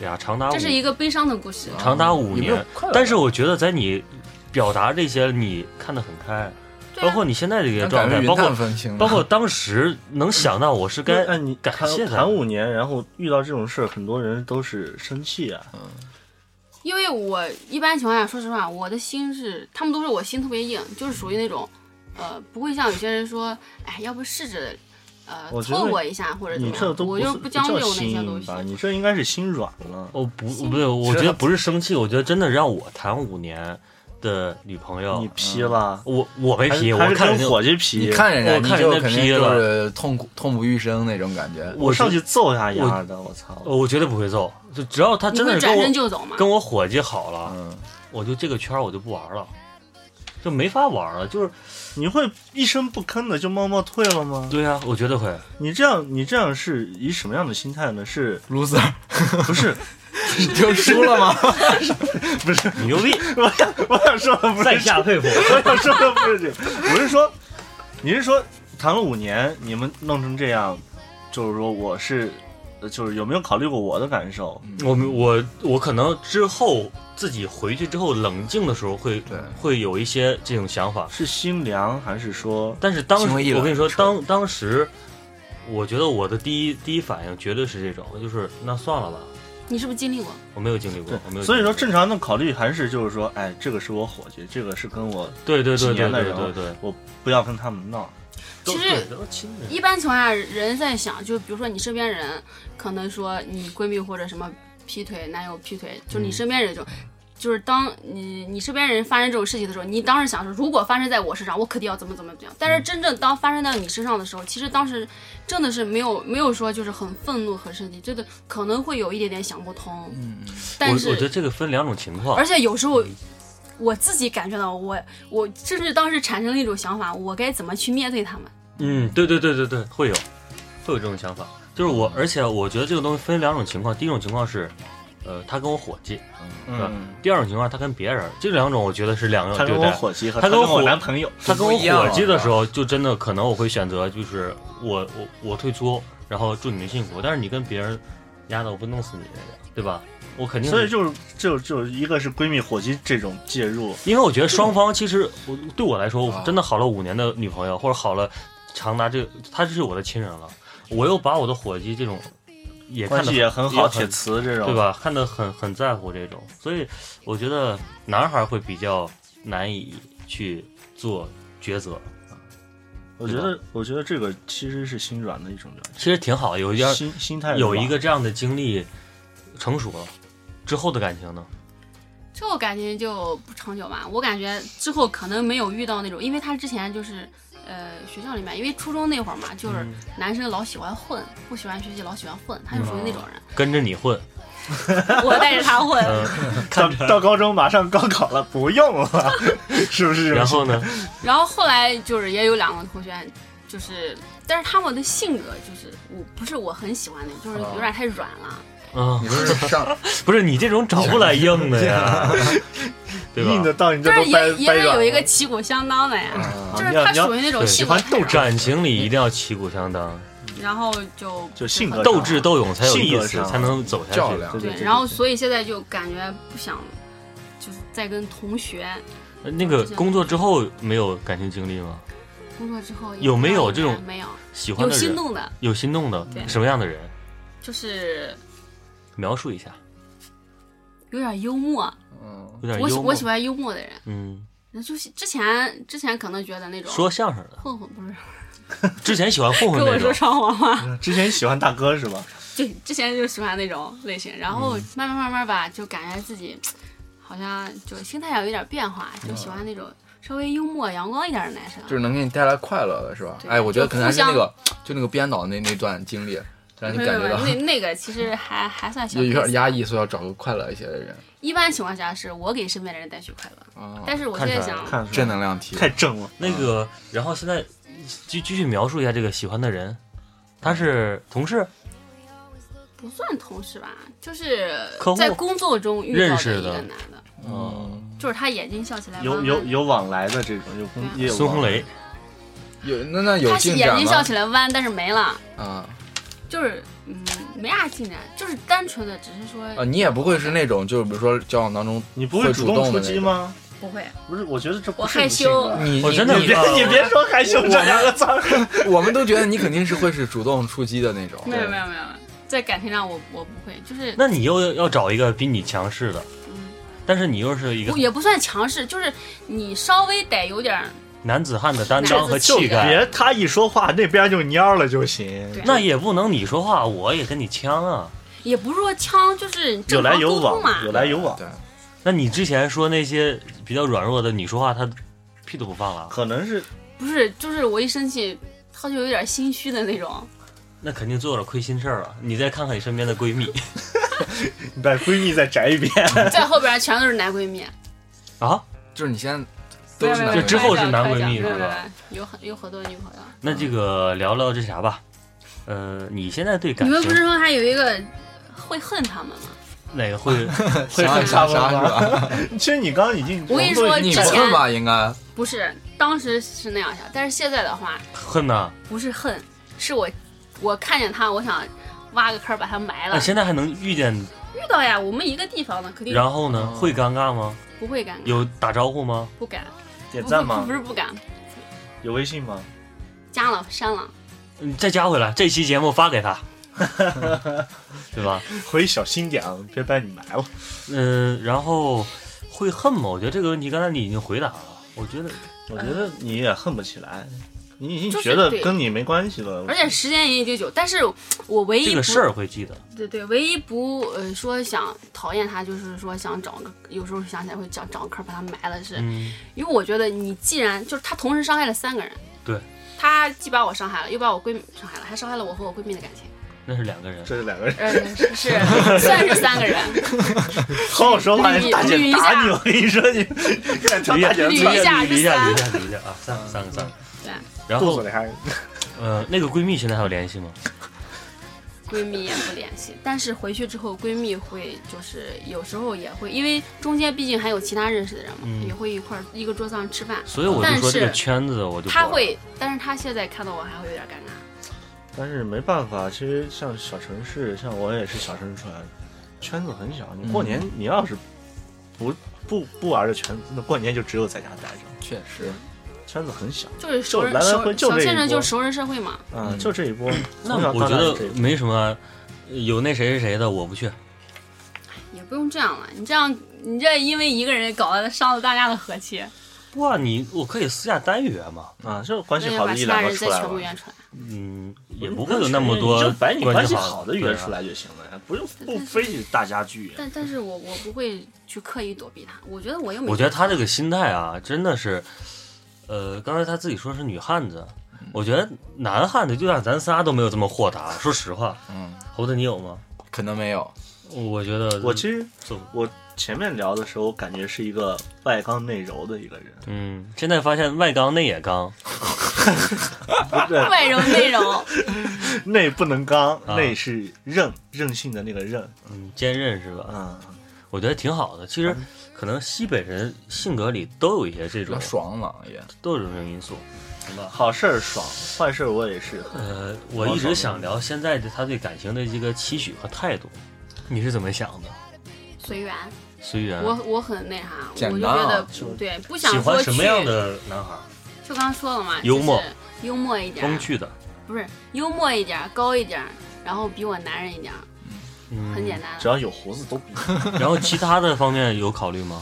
哎呀，长达
跟我没啥关系
五
这是一个悲伤的故
啊
事，
长达五
有没有
年
快乐，
但是我觉得在你表达这些，你看得很开，
对啊
包括你现在这个
但感
状
觉
态，
云
包
淡
括
风轻的，
包括当时能想到我是该
那你
感
谈
谢他
谈五年，然后遇到这种事儿，很多人都是生气啊。
因为我一般情况下，说实话，我的心是，他们都说我心特别硬，就是属于那种，呃，不会像有些人说，哎，要不试着，呃，
我觉得
凑合一下或者怎
你
么
这
样，
都
我
是
就
不
将就
叫
那
心
些东
硬
西。
吧？你这应该是心软了。
我哦不不对，我觉得不是生气，我觉得真的让我谈五年的女朋
你
友，
批了，
我我没
还
皮，
是
我
还是
看人家
跟伙计批。
*laughs* 你看人家，
我
你
看
就
人家
肯定
批
就
了
是痛苦痛不欲生那种感觉。
我
我
上
上
去
去，
揍他一下的，我操！
我绝对不会揍，就只要他
你
真的
会
是
转
跟
身
我
就走吗？
跟我伙计好了，
嗯，
我就这个圈儿我就不玩了，就没法玩了。就是
你会一声不吭的就默默退了吗？
对呀、我觉得会，
你这样，你这样是以什么样的心态呢？是 *laughs*
*laughs*
loser
不
*laughs*
是？
就输了吗？
*laughs* 你牛逼，
我想我想说 *laughs* 的不是
在下佩服。
我想说的 *laughs* 不是这个，我是说，你是说谈了五年，你们弄成这样，就是说我是，呃就是有没有考虑过我的感受？
*laughs* 我们我我可能之后自己回去之后冷静的时候会
对
会有一些这种想法，
是心凉还是说
但是当时
行为一览
我跟你说，
是
当当时我觉得我的第一第一反应绝对是这种，就是那算了吧，
你是不是经历过？
我没有经历过，我没
对？
有经历过。
所以说正常的考虑还是就是说，哎，这个是我伙计，这个是跟我
对对
几
对对
年的
对
人
对对，
我不要跟他们闹。
都
其实
对都是亲人
一般情况下，人在想，就比如说你身边人，可能说你闺蜜或者什么劈腿，男友劈腿，就是你身边人就，
嗯
就是当你你身边人发生这种事情的时候，你当时想说，如果发生在我身上，我肯定要怎么怎么怎么样。
嗯
但是真正当发生到你身上的时候，其实当时真的是没有没有说就是很愤怒、很生气，真的可能会有一点点想不通。
嗯，
我
但
我觉得嗯
是
这个分两种情况
而，且有时候。我自己感觉到我，我甚至当时产生了一种想法，我该怎么去面对他们？
嗯，对对对对对，会有，会有这种想法。就是我，而且我觉得这个东西分两种情况，第一种情况是，呃，他跟我伙计；
嗯，
第二种情况他跟别人。这两种我觉得是两种
他跟我
对待。
伙计和
他跟
跟
我
我
伙
男朋友，
他跟我
不一样
伙
了
计的时候，就真的可能我会选择，就是我我我退出，然后祝你们幸福。但是你跟别人，丫的，我不弄死你那个，对吧？我肯定是。
所以就是就就是一个是闺蜜伙计这种介入，
因为我觉得双方其实我对我来说，
啊
我真的好了五年的女朋友，或者好了长达这，她就是我的亲人了。我又把我的伙计这种也看
关
得
系也很好，铁
很
磁这种
对？吧？看得很很在乎这种，所以我觉得男孩会比较难以去做抉择，
我觉得，我觉得这个其实是心软的一种表
其实挺好。有一件
现，心心态
有
软
一个这样的经历，成熟了之后的感情呢？
之后感情就不长久吧。我感觉之后可能没有遇到那种，因为他之前就是呃学校里面，因为初中那会儿嘛，
嗯
就是男生老喜欢混，不喜欢学习，老喜欢混，他就属于
嗯
那种人。
跟着你混，呃
我带着他混，
嗯 *laughs* 到到高中马上高考了，不用了， *laughs* 是不是？
然后呢？
然后后来就是也有两个同学，就是但是他们的性格就是我不是我很喜欢那种，就是有点太软了。
啊
你，不是上
不是你这种找不来硬的呀， *laughs* 对吧？
啊硬的到你这
但
都
是
掰
也也
掰
得
软
有一个
了
旗鼓相当的呀，
啊
就是
你要
他
你要
属于那种
对
性
喜
格
欢
太
斗
软，
感情里一定要旗鼓相当，
然后就
就性格啊
很
斗智斗勇才有
性
意
格
思，啊
上
才能走下
较
去。
量
对。
对，然后所以现在就感觉不想，就是再跟同学
呃那个
啊
工作之后没有感情经历吗？
工作之后也
有没有这种
应该没有
喜欢
有
的
心
人，
动的，
有心动的
对
什么样的人？
就是
描述一下，
有点幽默，
嗯，
有点
我喜
幽默
我喜。欢幽默的人，
嗯，
那就是之前之前可能觉得那种
说相声的，
混混不是
之前喜欢混混
跟我
那
说
种，
双簧话，
之前喜欢大哥是吧？
对，之前 *laughs* 就喜欢那种类型，然
嗯
后慢慢慢慢吧，就感觉自己好像就心态上有点变化，就喜欢那种稍微幽默阳光一点的男生。
就是能给你带来快乐的是吧？
对
哎，我觉得可能还是
就互
那
相
个，就那个编导那那段经历，让你
没
感
有
觉
没
到
有，那那个其实还还算小
有有点
case
压抑，所以要找个快乐一些的人
一般情况下是我给身边的人带去快乐，
啊。
但是我
看
现在
出来
想，
看出来
正能量题，
太正了，
那个，然后现在继继续描述一下这个喜欢的人，他是同事，
不算同事吧，就是
客户
在工作中遇到
认
的
识的
一个男的，
嗯，
就是他眼睛笑起来
有
弯
有
弯，
有往来的这种，有公
对
也有
孙
往
红
来
雷，
有那那有
他
进
眼
展
睛笑
吗？
起来弯，但是没了，
啊
就是嗯没啥进展，就是单纯的只是说
啊，你也不会是那种，就是比如说交往当中
你不会主动出击吗？
不会，
不是，我觉得这不
我
是
害
你性格
羞
你
我
你
真的
你别
啊
你别说害羞这两个字儿，
*laughs* 我们都觉得你肯定是会是主动出击的那种。
没有没有没有，在感情上我我不会，就是
那你又要找一个比你强势的，
嗯
但是你又是一个
不也不算强势，就是你稍微得有点儿
男子汉的担当和
男子气
气
概
概，
别他一说话那边就蔫了就行
对。
那也不能你说话我也跟你呛啊。
也不是说呛，就是
有
正
来
常
有
沟通嘛
往，，有来有往，
对，
那你之前说那些比较软弱的，你说话他屁都不放了，啊
可能是
不是就是我一生气，他就有点心虚的那种。
那肯定做了亏心事儿了。你再看看你身边的闺蜜
你把闺蜜再摘一遍，
*laughs* 在后边全都是男闺蜜，
啊，
就是你现在都是
没
男
有
啊
没有
就之后
开
是
玩笑
男
开玩
闺蜜
笑
是吧
没有没有没有有很有很多女朋友。
那这个聊聊这啥吧。呃，你现在对感
你们不是
情
说还有一个会恨他们吗？
哪个会？
会很啥啥是
*laughs*
吧？
*laughs* 其实你刚刚已经，
我跟你说
们都已
你
经
之前
问吧，应该
不是，当时是那样想，但是现在的话
恨
*laughs*
呐、
不是恨，是我我看见他，我想挖个坑把他埋
那
了。
现在还能遇见？
遇到呀，我们一个地方的，肯定
然后呢？
嗯
会尴尬吗？
不会尴尬，
有打招呼吗？
不敢
点
不
赞
不
吗
不？是不敢，
有微信吗？
加了删了，
你嗯再加回来，这期节目发给他， *laughs* 对吧？
回小心点啊，别把你埋了。
嗯，然后会恨吗？我觉得这个问题刚才你已经回答了。我觉得
我觉得你也恨不起来，你已经
就是
觉得
对
跟你没关系了。
而且时间也已经久，但是我唯一
嗯这
不
个事儿会记得。
对对，唯一不呃说想讨厌他，就是说想找个，有时候想起来会想找个坑把他埋了是，
嗯，
因为我觉得你既然就是他同时伤害了三个人，
对，
他既把我伤害了，又把我闺蜜伤害了，还伤害了我和我闺蜜的感情，
那是两个人。
这是两个人，
呃，是 *laughs* 是算是三个人，
好好说话，
捋一
大姐
捋一
打
下
你！我跟你说， *laughs* 你敢挑大姐的
*laughs* 捋
刺
一下
离一下，离一
这
下，离一下啊！三个，三个，三个。
嗯对，
然
肚子
后
里还
呃，那个闺蜜现在还有联系吗？
闺蜜也不联系，但是回去之后闺蜜会就是有时候也会，因为中间毕竟还有其他认识的人嘛，
嗯
也会一块儿一个桌上吃饭，
所以我就
但
说这个
是
圈子，我就不
他
玩
会，但是他现在看到我还会有点尴尬。
但是没办法，其实像小城市，像我也是小城市出来的，圈子很小。你过年你要是不不不玩这圈子，那过年就只有在家待着，
确实，
圈子很小。
就是熟人
就来来
熟
回就
小
这一
县城
波
就是熟人社会嘛，
嗯，
嗯
就这一波，
那
从小
我
到
觉
大
得
就这一波
没什么，有那谁谁谁的我不去。
也不用这样了。你这样，你这因为一个人搞得伤了大家的和气，
不啊，你我可以私下单约嘛，
啊，这关
那
系
就
好
把
的一
其
两
他
个
人
出
再
来
全部
了
约。出来。
嗯，也不会有那么多
你就把你
关
关
系
系
好啊
好
的
的
约
约
出
出
来。
来就行了呀，不用不非得大家聚。
但但是我我不会去刻意躲避他，我觉得我又没，
我觉得他这个心态啊，真的是，呃，刚才他自己说是女汉子，我觉得男汉子就像咱仨都没有这么豁达。说实话，
嗯，
猴子你有吗？
可能没有，
我觉得嗯
我其实
做不
我前面聊的时候，感觉是一个外刚内柔的一个人， *laughs*
嗯，现在发现外刚内也刚，
不对，
外柔内柔，
内不能刚，
啊
内是韧韧性的那个韧，
嗯，坚韧是吧？
嗯，
我觉得挺好的。其实可能西北人性格里都有一些这
嗯比
种
较，爽朗也。
都有这种因素。行吧。
好事儿爽，坏事儿我也是。
呃，我一直想聊现在的他对感情的这个期许和态度，你是怎么想的？
随缘。
随缘，
我我很那啥，我
简
就
单啊
觉得
是吧
对，不想
喜
说
欢
去
什么样的男孩？
就刚刚说了嘛，
幽默，
幽默一点儿，
风趣的，
不是幽默一点儿，高一点儿，然后比我男人一点儿，
嗯，
很简单
只。要有胡子都比
然后其他的方面有考虑吗？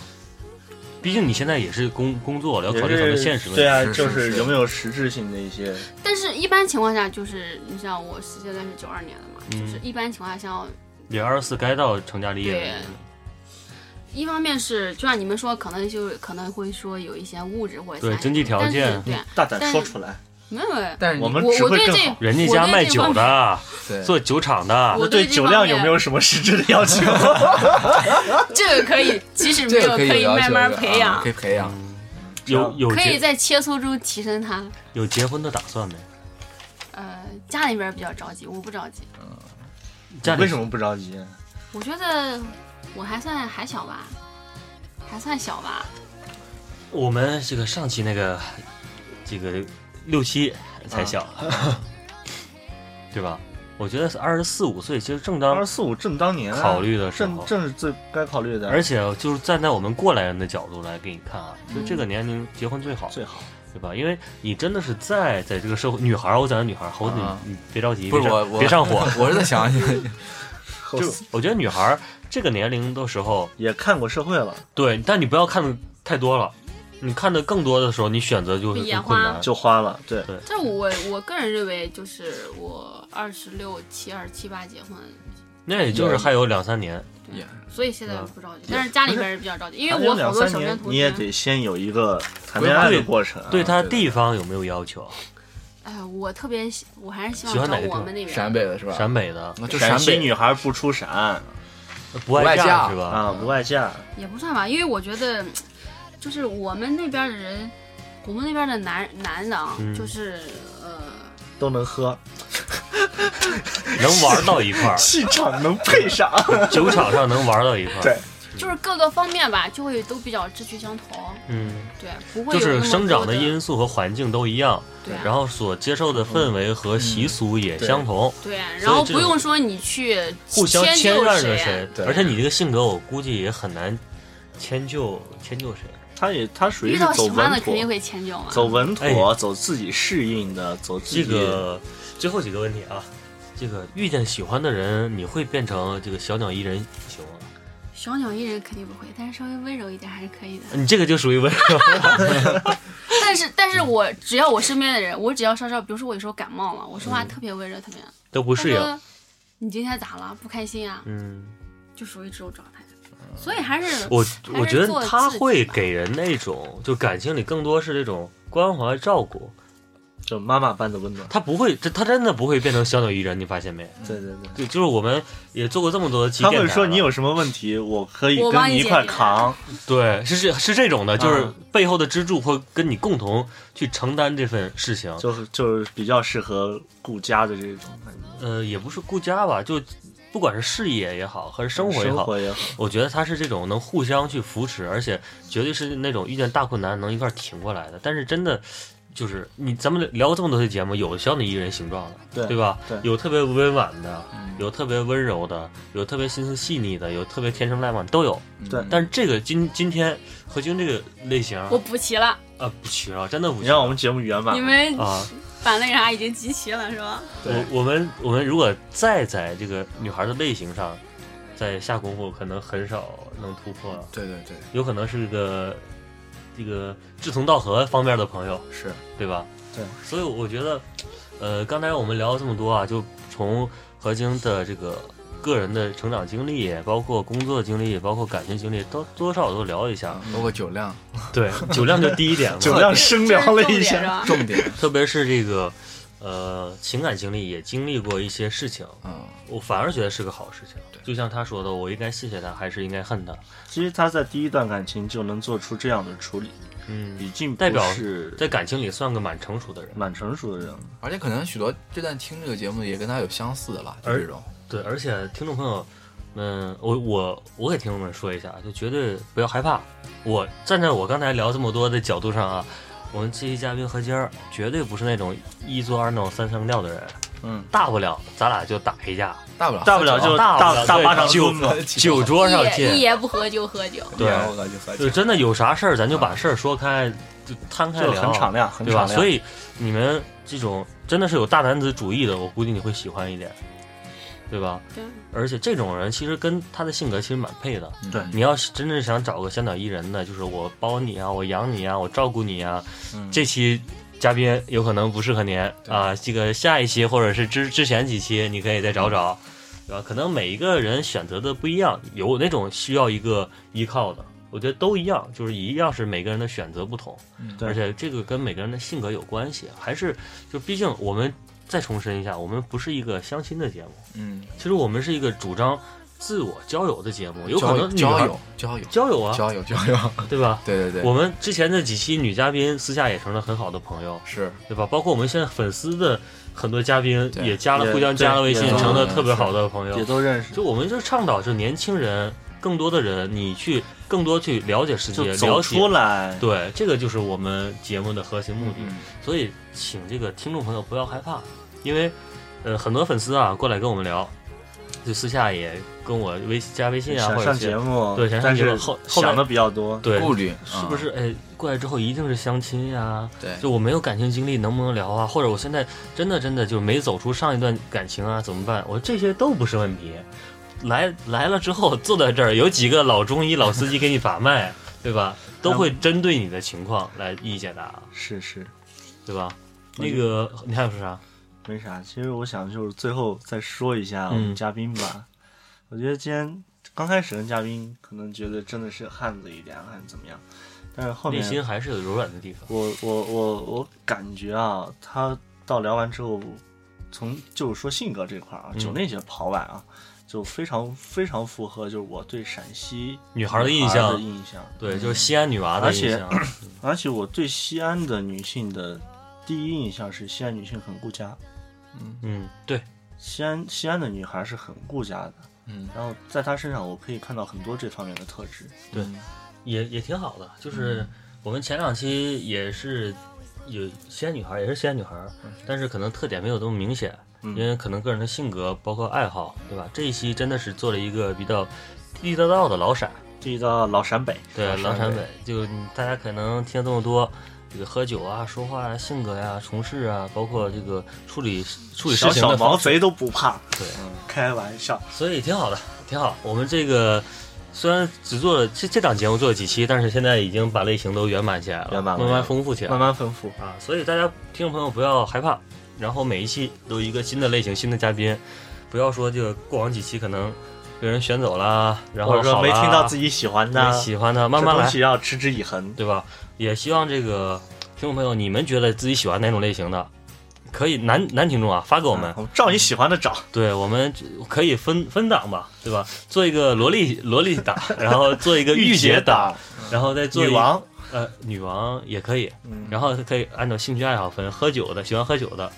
毕竟你现在也是工工作了，要考虑很多现实问题。
对啊，
是是
就是
是
有没有实质性的一些
但是，一般情况下就是，你像我是现在是九二年的嘛，
嗯
就是一般情况下像
也二十四该到成家立业的人，
一方面是，就像你们说，可能就可能会说有一些物质或者
对
其他
经济条件嗯
但是对，
大胆说出来，
没有没有，
但是你
我们
我
只
我
会
对
更
这
好。
人家家卖酒
我对这方面
的，
对
做酒厂的，
我
那
对
对
这
酒
方
量
面
有没有什么实质的要求？ *laughs*
*laughs* 这个可以，即使没
这
有
个可以有要求
慢慢
的
培
啊
养
可，以培
嗯
养。
嗯
有有
可以
结
在切磋中提升他。
有结婚的打算没？
呃，家里边儿比较着急，我不着急。
家里
为什么不着急？
我觉得我还算还小吧，还算小吧。
我们这个上期那个这个六七才小，
啊
*laughs* 对吧？我觉得二十四五岁其实
*laughs*
正
二
当
十四五正当年啊，
考虑的时
正
候，
正是最该考虑的，
而且就是站在我们过来人的角度来给你看啊，就
嗯
这个年龄结婚最好，
最好。
对吧？因为你真的是在在这个社会，女孩儿，我讲的女孩儿，猴子
啊，
你你别着急，
不是
别上
我我
*laughs*
别上火。
*laughs* 我是在
*laughs*
想你，
后
就我觉得女孩儿这个年龄的时候，
也看过社会了，
对，但你不要看的太多了，你看的更多的时候，你选择就是
眼
很困
花
难。
就花了。对，
这我我个人认为，就是我二十六七、二十七八结婚，
那也就是还有两三年，
也
所以现在
嗯
不着急。但是家里边儿比较着急，因为我
还有
好
两
多
三
小
年
学同
你也
学，
得先有一个谈恋爱的过程啊。
对他
对对
地方有没有要求？
哎呀，我特别喜，我还是希
喜欢
望找
哪个地
我
方
们那边
陕北的是吧？
陕北的
那就
陕
陕
啊西
北
女孩不出陕
不
不
爱
爱
嫁
嫁
是吧？
啊，不爱嫁。
也不算吧，因为我觉得，就是我们那边儿的人，我们那边儿的男男的啊，
嗯
就是呃，
都能喝，，
能玩到一块儿
*laughs* 气场能配上。
酒场上能玩到一块儿。
对
就是各个方面吧，就会都比较志趣相投，
嗯，
对，不会
就
有那
是
么
生长
多的
的因素和环境都一样，
对啊嗯
然后所接受的氛围和习俗也相同，所
对，
以
然后
这
不
种
用说你去
互相
迁
牵
就
绊着
谁，啊
谁。
对
而且你这个性格，我估计也很难迁就迁就谁。
*laughs* 他也他属于
遇
是
到
走
喜欢的
稳
肯定
妥，
会迁就嘛。
走稳
哎
妥，走自己适应的，走自
这
己。
个最后几个问题啊，这个遇见喜欢的人，你会变成这个小鸟依人行吗？
小鸟依人肯定不会，但是稍微温柔一点还是可以的。
你这个就属于温柔。
但是，但是我只要我身边的人，我只要稍稍，比如说我有时候感冒了，我说话特别温柔，特别
*laughs* 都嗯不
他
适应。
说你今天咋了？不开心啊？
嗯，
就属于这种状态。所以还是
我
还
我
是
觉得
做
他
自己
会
吧
给人那种，就感情里更多是这种关怀照顾，
就妈妈般的温暖。
他不会，这他真的不会变成小鸟依人，你发现没？
对对对。
对，就是我们也做过这么多期
他
电台
会
了，
说你有什么问题，我可以
我帮
跟
你
一块
解决
扛。
对，是是是这种的，就是
嗯
背后的支柱会跟你共同去承担这份事情。
就是就是比较适合顾家的这种感觉，
呃，也不是顾家吧，就不管是事业也好，还是生活也
生
好，
活也好，
我觉得他是这种能互相去扶持，而且绝对是那种遇见大困难能一块儿挺过来的。但是真的。就是你，咱们聊过这么多期节目，有小你一人形状的，
对
对吧？
对
有特别委婉的，
嗯
有特别温柔的，有特别心思细腻的，有特别天生赖莽的都有。
对
嗯
但是这个今今天何晶这个类型啊
我，补齐了，
啊不齐了，真的不
你
齐
让我
了
们节目圆满
你。们
啊！
把那啥已经集齐了
*laughs*
是吧？
我我们我们如果再在这个女孩的类型上再下功夫，可能很少能突破了，
对对对，
有可能是个这个志同道合方面的朋友，
是
对吧？
对，
所以我觉得，呃，刚才我们聊了这么多啊，就从何晶的这个个人的成长经历，包括工作经历，包括感情经历，都多少都聊了一下。
包括酒量，
对，酒量就第一点
*laughs*
嘛，
酒量生聊了一
这是重点是
下，
吧
重点，
特别是这个，呃，情感经历也经历过一些事情，
嗯，
我反而觉得是个好事情。就像他说的，我应该谢谢他，还是应该恨他？
其实他在第一段感情就能做出这样的处理，
嗯，
已经不
代表
是
在感情里算个蛮成熟的人。
蛮成熟的人了。
而且可能许多这段听这个节目的也跟他有相似的吧，就
而
这种，
对，而且听众朋友们，我我我给听众们说一下，就绝对不要害怕。我站在我刚才聊这么多的角度上啊，我们这期嘉宾何晶儿绝对不是那种一做二闹三上吊的人，
嗯，
大不了咱俩就打一架，
大不了
大不了就
啊大不了
大
对
巴掌
就
抡了，
*laughs*
酒桌上
一言一
见。
言不合就喝酒，
对
我感觉算
就
计
真的有啥事儿，咱就把事儿说开，就摊开
嗯就
聊，
很敞亮，很
对
敞
吧？
亮。
所以你们这种真的是有大男子主义的，我估计你会喜欢一点，对吧？ *laughs*
对，
而且这种人其实跟他的性格其实蛮配的。
嗯
对
你要是真正想找个香岛艺人的，就是我包你啊，我养你啊，我照顾你啊。
嗯
这期嘉宾有可能不适合您
对
啊，这个下一期或者是之之前几期，你可以再找找，
嗯
对吧？可能每一个人选择的不一样，有那种需要一个依靠的，我觉得都一样，就是一样是每个人的选择不同。
嗯
对
而且这个跟每个人的性格有关系，啊还是就毕竟我们再重申一下，我们不是一个相亲的节目，
嗯，
其实我们是一个主张自我交友的节目，有可
交友
能女
交
孩
友交友
交友啊，
交友交
*laughs*
友，
对吧？
对对对，
我们之前的几期女嘉宾私下也成了很好的朋友，
是
对吧？包括我们现在粉丝的很多嘉宾
对
也加了
也
互相加
对
了微信
也，
都
成了特别好的朋
也
友。
都认识，
就我们就倡导，就年轻人更多的人，你去更多去了解世界，
就
了
走
解
出来。
对，这个就是我们节目的核心目的。
嗯
所以，请这个听众朋友不要害怕，因为，呃，很多粉丝啊过来跟我们聊，就私下也跟我微加微信啊，
想
或者
上
是
节目，
对想上
但
节目
是
后后面
想的比较多，
对，
顾虑啊
是不？是？哎，过来之后一定是相亲呀、
对
就我没有感情经历，能不能聊啊？或者我现在真的真的就没走出上一段感情啊，怎么办？我这些都不是问题。来来了之后坐在这儿，有几个老中医、老司机给你把脉， *laughs* 对吧？都会针对你的情况来一一解答，
是是，
对吧？那个你还有说啥？
没啥。其实我想就是最后再说一下我们
嗯
嘉宾吧，我觉得今天刚开始的嘉宾可能觉得真的是汉子一点还是怎么样，但是后
内
面
心还是有柔软的地方。
我我我我感觉啊，他到聊完之后，从就是说性格这块儿啊，
嗯
酒那些跑外啊，就非常非常符合就是我对陕西
女孩儿的
女
印
孩儿
象
的印象，
对，就是西安女娃的
而
印
且
象。
而且我对西安的女性的第一印象是西安女性很顾家，
嗯，对，
西安西安的女孩是很顾家的，
嗯
然后在她身上我可以看到很多这方面的特质，
对，也也挺好的。
嗯
就是我们前两期也是有西安女孩，也是西安女孩，
嗯
但是可能特点没有这么明显，因为可能个人的性格包括爱好，对吧？这一期真的是做了一个比较地地道道的老陕，
这一道老陕北，
对，
老
老
陕
陕
北
北，就你大家可能听这么多。这个喝酒啊、说话啊、性格呀、从事啊，包括这个处理处理事
小
情
小
的
毛
方式，
贼都不怕，嗯
对，
开玩笑，
所以挺好的，挺好。我们这个虽然只做了这这档节目做了几期，但是现在已经把类型都圆满起来了，
圆满了
慢慢丰富起来
慢慢丰富。
啊。所以大家听众朋友不要害怕，然后每一期都有一个新的类型、新的嘉宾，不要说这个过往几期可能被人选走哦啦，然
或
后
者说没听到自
己
己喜欢的，
没喜欢的，慢慢
这
来
东西，要持之以恒。
对吧？也希望这个听众朋友，你们觉得自己喜欢哪种类型的，可以男男听众啊发给我们。
嗯我们照你喜欢的找，
对，我们可以分分档吧，对吧？做一个萝莉 *laughs* 萝莉档，然后做一个御姐档，
打
然后再做
女
一个
王，
*laughs* 呃女王也可以，然后可以按照兴趣爱好分，喝酒的喜欢喝酒的，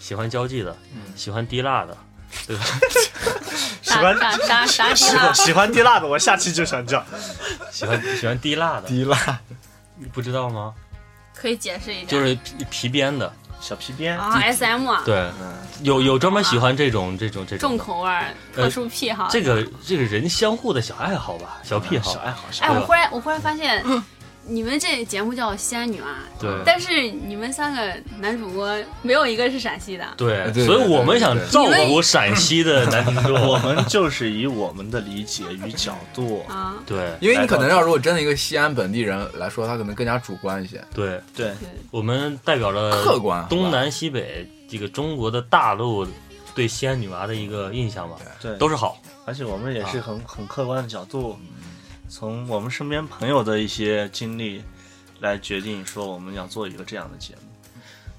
喜欢交际的，喜欢滴蜡的，对吧？
喜欢
*laughs*
啥啥啥
喜
啥
欢喜欢滴蜡的，我下期就想叫
喜欢喜欢滴蜡的，
滴蜡
不知道吗？
可以解释一下，
就是皮皮鞭的，
小皮鞭，
啊 S M 啊，
对，有有专门喜欢这种这种这种
重
的，
口味儿，
呃
特殊癖好。
这个这个人相互的小爱好吧，小癖好
小，爱好，小
哎，
爱
我
好。
忽然我忽然发现，你们这节目叫《西安女娃》，
对
但是你们三个男主播没有一个是陕西的，
对对
对，所以我们想
对对
照
你
顾陕西的男听众。
*laughs* 我们就是以我们的理解与角度，
啊，
对
因为你可能要如果真的一个西安本地人来说，他可能更加主观一些，
对，
对，
对，
我们代表了
客观
呃东南西北这个中国的大陆对西安女娃的一个印象吧，
对，
都是好。
而且我们也是很、很客观的角度，从我们身边朋友的一些经历来决定说我们要做一个这样的节目。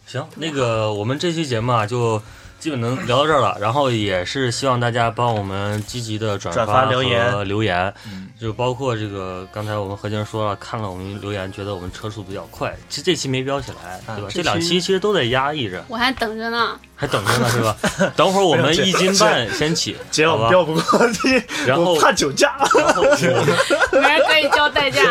行，那个我们这期节目啊，就基本能聊到这儿了。然后也是希望大家帮我们积极的转
转发
和
留言
留言，
嗯
就包括这个刚才我们何静说了，看了我们留言，觉得我们车速比较快。其实这期没标起来，
啊
对吧？
这
这两
期
期其实都在压抑着，
我还等着呢。
还等着呢，是吧？等会儿我们一斤半先起，
姐，
好
我
吧？
标不过你，
然后
我怕酒驾。
然后我们
没人可以交代价，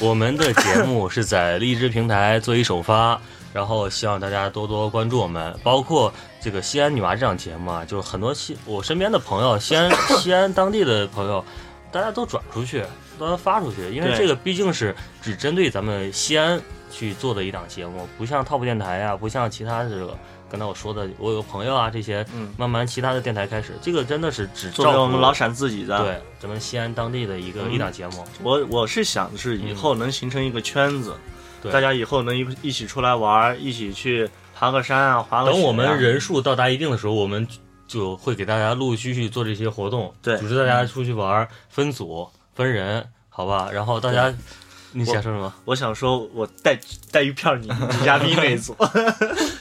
我们的节目是在荔枝平台做一首发，然后希望大家多多关注我们，包括这个西安女娃这档节目啊，就是很多西我身边的朋友，
*laughs*
西安西安当地的朋友，大家都转出去，都发出去，因为
对
这个毕竟是只针对咱们西安去做的一档节目，不像 TOP 电台啊，不像其他的这个。刚才我说的，我有个朋友啊，这些
嗯
慢慢其他的电台开始，这个真的是只照
作为
顾
我们老陕自己的，
对咱们西安当地的一个、
嗯
一档节目，
我我是想的是以后能形成一个圈子，
对
大家以后能一一起出来玩儿，一起去爬个山啊，滑个雪啊
等我们人数到达一定的时候，我们就会给大家陆陆续续做这些活动，
对
组织大家出去玩儿，分组、分人，好吧？然后大家，你想说什么？
我想说，我带带鱼票你，你压逼那一组。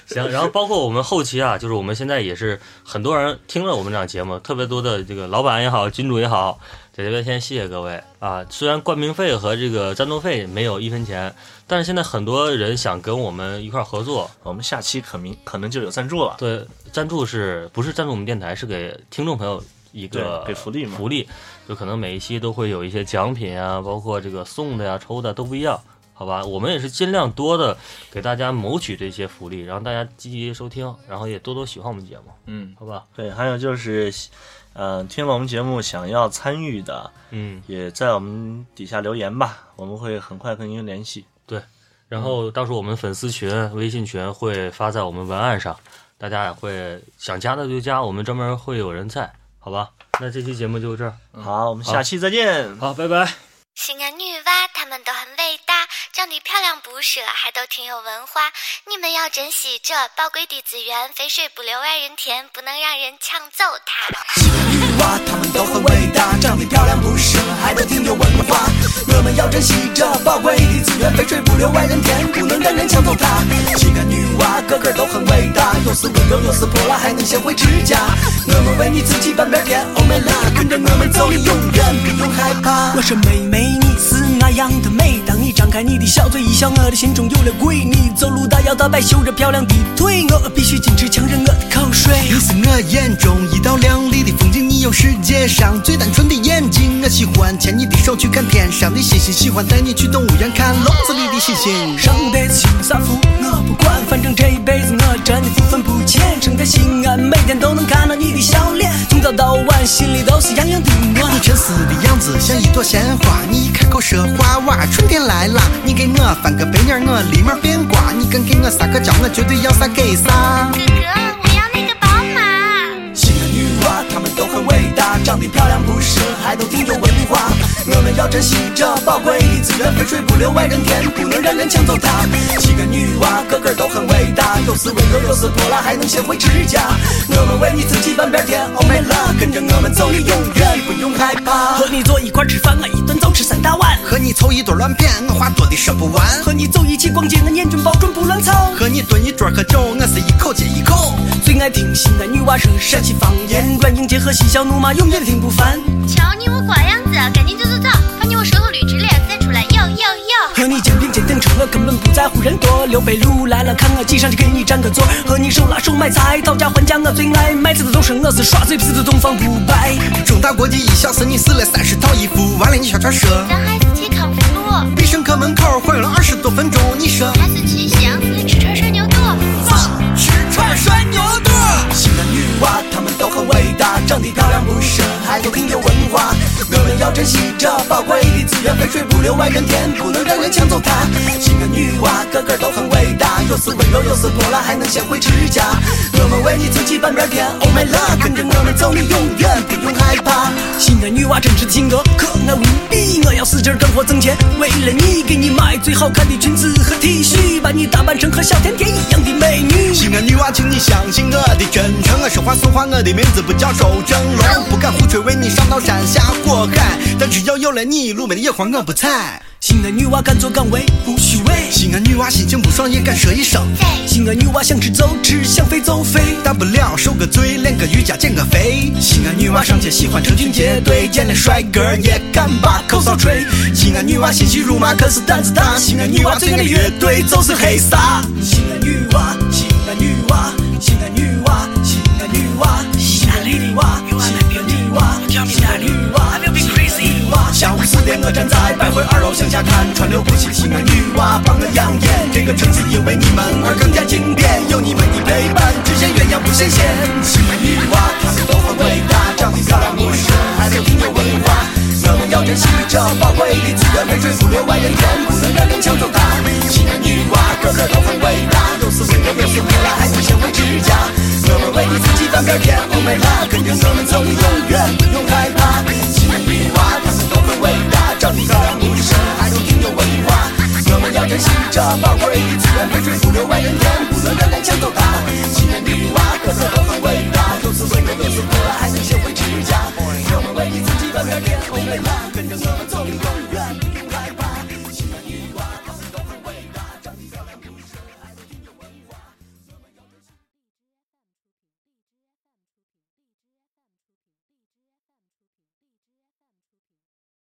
行，然后包括我们后期啊，就是我们现在也是很多人听了我们这档节目，特别多的这个老板也好，金主也好，在这边先谢谢各位啊。虽然冠名费和这个赞助费没有一分钱，但是现在很多人想跟我们一块儿合作，
*laughs* 我们下期可明可能就有赞助了，
对，赞助是不是赞助我们电台？是给听众朋友一个
对给福利嘛
福利就可能每一期都会有一些奖品啊，包括这个送的呀、抽的都不一样，好吧？我们也是尽量多的给大家谋取这些福利，然后大家积极收听，然后也多多喜欢我们节目，
嗯，
好吧？
对，还有就是，呃，听了我们节目想要参与的，
嗯，
也在我们底下留言吧，我们会很快跟您联系。
然后到时候我们粉丝群、微信群会发在我们文案上，大家也会想加的就加，我们专门会有人在，好吧？那这期节目就这儿，
好，我们下期再见。
好，拜拜。
西安啊女娃，她们都很伟大，长得漂亮不说，还都挺有文化。你们要珍惜这宝贵的资源，肥水不流外人田，不能让人抢走它。
女娲，她们都很伟大，长得漂亮不是，还都挺有文化。我们要珍惜这宝贵的资源，肥水不流外人田，不能让人抢走它。几个女娃个个都很伟大，有时温柔，有时泼辣，还能贤惠持家。我们为你自己半边天，Oh my love，跟着我们走，你永远不用害怕。我说妹妹，你是那样的美，当你张开你的小嘴一笑，我的心中有了鬼。你走路大摇大摆，秀着漂亮的腿，我必须坚持强忍我的口水。
你是我眼中一道亮丽的风景，你有世界上最单纯的眼睛。我喜欢牵你的手去看天上的星星，喜欢带你去动物园看笼子里的猩猩。
上辈子修啥福我不管，反正这一辈子我真的不分不浅。生在西安，每天都能看到你的笑脸，从早到晚心里都是洋洋的暖
你。沉思的样子像一朵鲜花，你一开口说话哇，春天来啦！你给我翻个白眼儿，我立马变卦。你敢给我撒个娇，我绝对要啥给啥。
哥哥，我要那个宝马。
西安女娃，她们都很伟大，长得漂亮不是，还都挺有文化。我们要珍惜这宝贵的资源，肥水不流外人田，不能让人抢走它。西安女娃个个都很伟大，有时温柔，有时泼辣，还能贤惠持家。我们为你自己半边天，Oh my love，跟着我们走，你永远不用害怕。和你坐一块儿吃饭，我一顿早吃三大碗。
和你凑一堆乱编，我话多的说不完。
和你走一起逛街，我眼准保准不乱操。
和你蹲一桌喝酒，我是一口接一口。
最爱听西安女娃说陕西方言，软硬结合，嬉笑怒骂，永远听不烦。
瞧你我瓜样子，赶紧走走走，把你我舌头捋直了再出来，哟哟哟！
和你肩并肩等车，我根本不在乎人多。刘备路来了，看我挤上去给你占个座。和你手拉手买菜，讨价还价我最爱。卖菜的都是我是耍嘴皮子的东方不败。
中大国际一小时你试了三十套衣服，完了你小船说。
咱还是去康复路，
必胜客门口晃悠了二十多分钟，你说啊
还是去西洋菜吃串涮牛肚。
放吃串涮牛肚。
西安女
女娃，她们都很伟大，长得漂亮不是，还都挺有文化。我们要珍惜这这宝贵的资源，肥水不流外人田，不能让人抢走它。新的女娲个个都很伟大，又似温柔又似泼辣，还能显会持家。我们为你自己半边天，Oh my love，跟着我们走，你永远不用害怕。新的女娲真是性格可爱无比，我要使劲干活挣钱，为了你给你买最好看的裙子和 T 恤，把你打扮成和小甜甜一样的美女。
西安女娃，啊请你相信我的真诚。我说话算话，我的名字不叫周正龙，不敢胡吹，为你上刀山下火海。但只要有了你，路边的野花我不采。
新的女娲敢作敢为，不虚伪。
西安女娃心情不爽也敢说一声，
新的女娲想吃就吃，想飞就飞。
大不了受个罪，练个瑜伽减个肥。
西安女娲上街喜欢成群结队，见了帅哥也敢把口哨吹。西安女娲欣喜辱骂，可是胆子大。西安女娲最爱的乐队就是黑撒。西安女娲，西安女娲，西安女娲，西安女娲，西安女娲，西安女娲，西安女娲，西安女娲。下午四点，我站在百汇二楼向下看，川流不息，西安女娲帮我养眼。这个城市因为你们而更加经典，有你们的陪伴，只羡鸳鸯不羡仙。西安女娲，她们都很伟大，长得漂亮不是，还得挺有文化。我们要珍惜这宝贵的资源，肥水不流外人田，不能让人抢走它。西安女娲个个都很伟大，又是温柔又是泼辣，还能贤惠持家。我们为你自己翻边天，Oh my god，跟着我们走，你永远不用害怕。西安女娲，她们都很伟大，长得漂亮不是，还都挺有文化。我们要珍惜这宝贵的资源，肥水不流外人田，不能让人抢。